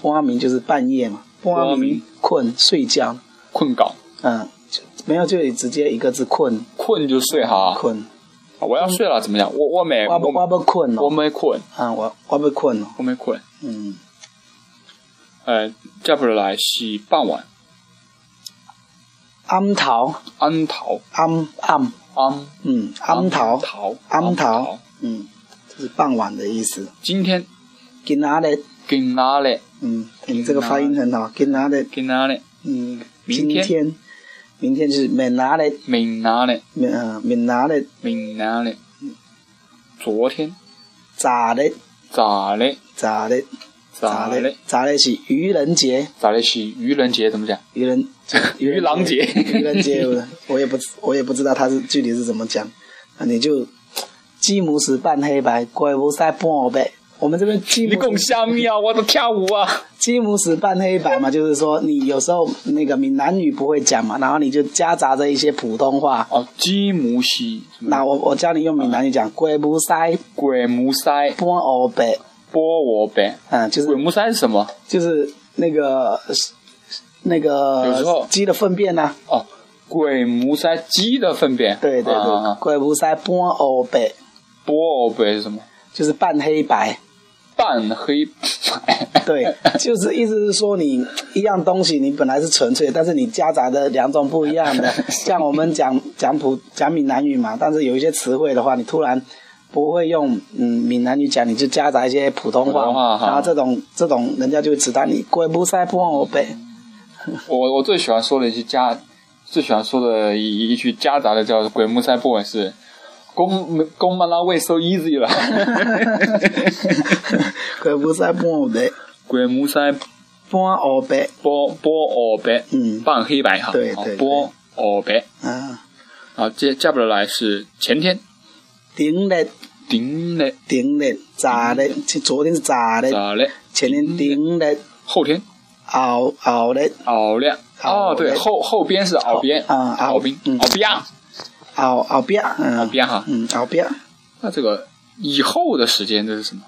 Speaker 2: 半暝就是半夜嘛，半
Speaker 1: 半暝
Speaker 2: 暝困睡觉，
Speaker 1: 困觉
Speaker 2: 嗯，就没有就直接一个字困
Speaker 1: 困就睡哈、啊，
Speaker 2: 困，
Speaker 1: 我要睡了怎么讲？我我没
Speaker 2: 嗯我不我
Speaker 1: 哎我
Speaker 2: 不困
Speaker 1: 我
Speaker 2: 哦，
Speaker 1: 没困
Speaker 2: 啊我我不困哦，
Speaker 1: 我没困，
Speaker 2: 嗯，
Speaker 1: 呃，接不来是傍晚
Speaker 2: 暗头
Speaker 1: 安逃
Speaker 2: 暗暗，
Speaker 1: 安
Speaker 2: 嗯，暗头
Speaker 1: 逃
Speaker 2: 暗头，嗯，就是傍晚的意思。
Speaker 1: 今天
Speaker 2: 今仔日，
Speaker 1: 今哪嘞？
Speaker 2: 嗯，你这个发音很好，今仔日，
Speaker 1: 今哪嘞？
Speaker 2: 嗯，
Speaker 1: 明
Speaker 2: 今
Speaker 1: 天
Speaker 2: 天，明天就是明仔日，
Speaker 1: 明哪嘞？
Speaker 2: 明呃明仔日，
Speaker 1: 明哪嘞？昨天
Speaker 2: 昨日，
Speaker 1: 咋嘞？
Speaker 2: 昨日。
Speaker 1: 咋嘞？？
Speaker 2: 咋嘞是愚人节，
Speaker 1: 咋嘞是愚人节怎么讲？
Speaker 2: 愚 人
Speaker 1: 愚郎节
Speaker 2: 愚人节，我也不我也不知道他是具体是怎么讲，那你就鸡母屎半黑白，怪不塞半黑白。我们这边鸡
Speaker 1: 你
Speaker 2: 母
Speaker 1: 讲虾米啊？我都跳舞啊！
Speaker 2: 鸡母屎半黑白嘛，就是说你有时候那个闽南语不会讲嘛，然后你就夹杂着一些普通话。
Speaker 1: 哦，鸡母西，
Speaker 2: 那我我教你用闽南语讲，龟不塞
Speaker 1: 鬼母塞，
Speaker 2: 半黑白，
Speaker 1: 波我呗。
Speaker 2: 嗯，就是
Speaker 1: 鬼母塞是什么？
Speaker 2: 就是那个那
Speaker 1: 有时候
Speaker 2: 个鸡的粪便呐、啊
Speaker 1: 哦，鬼母塞鸡的粪便。
Speaker 2: 对对对，
Speaker 1: 啊，
Speaker 2: 鬼不塞半黑白，
Speaker 1: 波我呗是什么？
Speaker 2: 就是半黑白。
Speaker 1: 半黑。
Speaker 2: 对，就是意思是说你一样东西，你本来是纯粹，但是你夹杂的两种不一 样的。像我们讲讲普讲闽南语嘛，但是有一些词汇的话，你突然不会用嗯闽南语讲，你就夹杂一些普通
Speaker 1: 普
Speaker 2: 话，
Speaker 1: 通话哈
Speaker 2: 然后这种这种人家就会知道你鬼不塞半黑 白。
Speaker 1: 我我最喜欢说的一句夹，最喜欢说的一一句夹杂的叫“鬼木塞不稳”是“公公妈拉喂 so easy 了”，
Speaker 2: 鬼不塞半黑白，
Speaker 1: 鬼木塞
Speaker 2: 半黑白
Speaker 1: 波波二白，
Speaker 2: 嗯
Speaker 1: 半黑白哈，
Speaker 2: 对
Speaker 1: 好
Speaker 2: 对对
Speaker 1: 波二白，
Speaker 2: 啊，
Speaker 1: 然后接接不来是前天
Speaker 2: 顶日
Speaker 1: 顶嘞
Speaker 2: 顶日，咋日？就昨天是咋日？
Speaker 1: 咋嘞，
Speaker 2: 前天顶日。
Speaker 1: 后天
Speaker 2: 熬熬的
Speaker 1: 熬嘞，
Speaker 2: 熬
Speaker 1: 哦对，
Speaker 2: 嘞
Speaker 1: 后后边是熬边，
Speaker 2: 啊熬
Speaker 1: 熬边
Speaker 2: 嗯
Speaker 1: 熬边
Speaker 2: 熬熬边，嗯，
Speaker 1: 熬边哈，
Speaker 2: 嗯，熬边。
Speaker 1: 那这个以后的时间这是什么？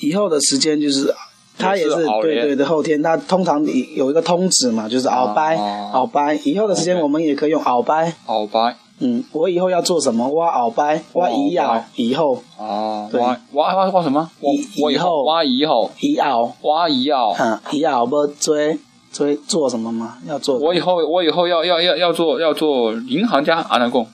Speaker 2: 以后的时间就是，它也
Speaker 1: 也是
Speaker 2: 是
Speaker 1: 熬
Speaker 2: 对
Speaker 1: 夜
Speaker 2: 对对，后天它通常有一个通指嘛，就是熬掰
Speaker 1: 哦
Speaker 2: 熬掰。以后的时间
Speaker 1: OK
Speaker 2: 我们也可以用熬掰。
Speaker 1: 熬白
Speaker 2: 嗯，我以后要做什么？我要熬掰，我要以
Speaker 1: 熬
Speaker 2: 熬
Speaker 1: 掰
Speaker 2: 以后
Speaker 1: 哦，
Speaker 2: 对
Speaker 1: 挖挖挖挖什么？我
Speaker 2: 以
Speaker 1: 我
Speaker 2: 以后
Speaker 1: 挖以后
Speaker 2: 以熬，
Speaker 1: 挖以后，
Speaker 2: 嗯，以熬不追追做什么吗？要做
Speaker 1: 我以后我以后要要要要做要做银行家阿南贡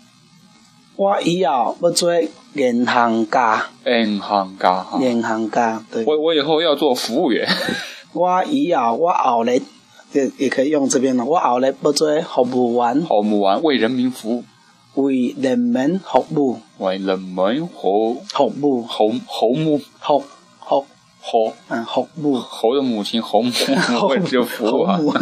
Speaker 2: 我以熬不追银行家，
Speaker 1: 银行家哈，
Speaker 2: 银行家对。
Speaker 1: 我我以后要做服务员。
Speaker 2: 我以后我后日，也也可以用这边了。我后日要做服务员，
Speaker 1: 好，我们玩为人民服务，
Speaker 2: 为人民服务，
Speaker 1: 为人民服
Speaker 2: 服务，
Speaker 1: 侯侯母
Speaker 2: 服服，
Speaker 1: 侯
Speaker 2: 嗯，服 务，
Speaker 1: 侯的母亲 侯母为这个服务啊
Speaker 2: 服。务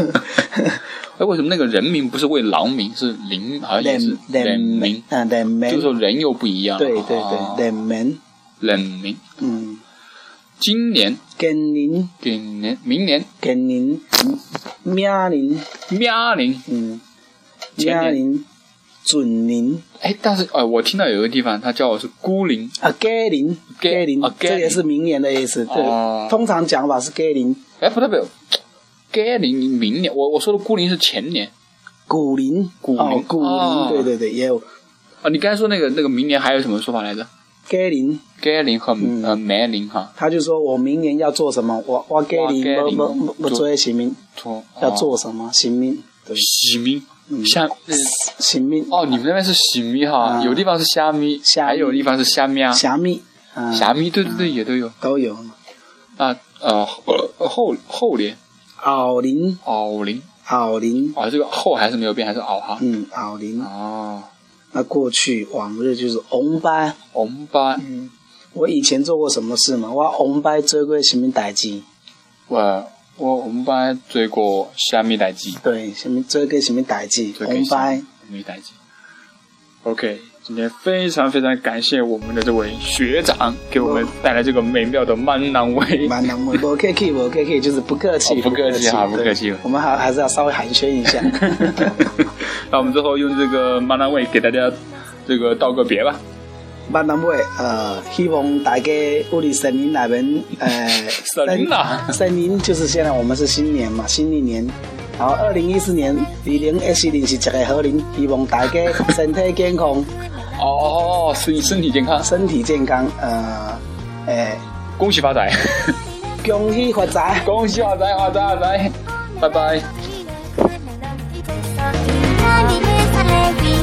Speaker 1: 哎，为什么那个人民不是为狼民，是民，好啊像也是
Speaker 2: 人人
Speaker 1: 民
Speaker 2: 民，，嗯，人
Speaker 1: 就是
Speaker 2: 民，
Speaker 1: 说人又不一样。
Speaker 2: 对对
Speaker 1: 啊
Speaker 2: 对，人民，
Speaker 1: 人民。
Speaker 2: 嗯，
Speaker 1: 今年、
Speaker 2: 今年
Speaker 1: 今年、明年、
Speaker 2: 今年，明年，
Speaker 1: 明年，
Speaker 2: 嗯，明
Speaker 1: 前年
Speaker 2: 年，准年，
Speaker 1: 哎，但是哎，我听到有个地方，他叫我是孤零，
Speaker 2: 啊，该年，
Speaker 1: 鸡
Speaker 2: 该年
Speaker 1: 啊，鸡
Speaker 2: 这也是明年的意思。
Speaker 1: 哦
Speaker 2: 对，通常讲法是该年，
Speaker 1: 哎，不对不对，该年明年，我我说的孤零是前年
Speaker 2: 古年，
Speaker 1: 古年
Speaker 2: 哦，古
Speaker 1: 哦
Speaker 2: 年，对对对，也有。
Speaker 1: 啊。你刚才说那个那个明年还有什么说法来着？
Speaker 2: 盖林，
Speaker 1: 该零和
Speaker 2: 嗯
Speaker 1: 呃梅林哈，
Speaker 2: 他就说我明年要做什么，我我盖林
Speaker 1: 我
Speaker 2: 不
Speaker 1: 鸡
Speaker 2: 不
Speaker 1: 零
Speaker 2: 不不做行命，
Speaker 1: 做
Speaker 2: 要做什么行命？对，
Speaker 1: 洗米，虾
Speaker 2: 行命
Speaker 1: 哦，你们那边是洗米哈，
Speaker 2: 啊
Speaker 1: 有地方是虾米，
Speaker 2: 虾米
Speaker 1: 还有地方是虾米啊，
Speaker 2: 虾米啊
Speaker 1: 虾米对对对也都有。
Speaker 2: 都有，
Speaker 1: 那呃后呃后后年
Speaker 2: 奥林，
Speaker 1: 奥林，
Speaker 2: 奥林，
Speaker 1: 哦，这个后还是没有变，还是奥哈。
Speaker 2: 嗯，奥林。
Speaker 1: 哦，
Speaker 2: 那过去往日就是红白。
Speaker 1: 红巴，
Speaker 2: 嗯，我以前做过什么事嘛？我红白做过什么代志？
Speaker 1: 我我红巴追过虾米代记，
Speaker 2: 对，什么做过什么代志？
Speaker 1: 追过
Speaker 2: 红白。
Speaker 1: 米代记。OK，今天非常非常感谢我们的这位学长给我们带来这个美妙的曼南 威。
Speaker 2: 蛮难为，不客气，不客气，就是不客气，
Speaker 1: 哦不客气啊不客气
Speaker 2: 对我们还还是要稍微寒暄一下。
Speaker 1: 那我们最后用这个曼南威给大家这个道个别吧。
Speaker 2: 闽南话，呃，希望大家屋里神灵那边，呃，
Speaker 1: 神灵啊
Speaker 2: 神灵就是现在我们是新年嘛，新历年，然后二零一四年，二零一四年是一个好年，希望大家身体健康，
Speaker 1: 哦，身身体健康，
Speaker 2: 身体健康，呃，诶、
Speaker 1: 恭喜发财，
Speaker 2: 恭喜发财。
Speaker 1: 恭喜啊发财，发财，发财，拜拜。
Speaker 3: 「何でさえび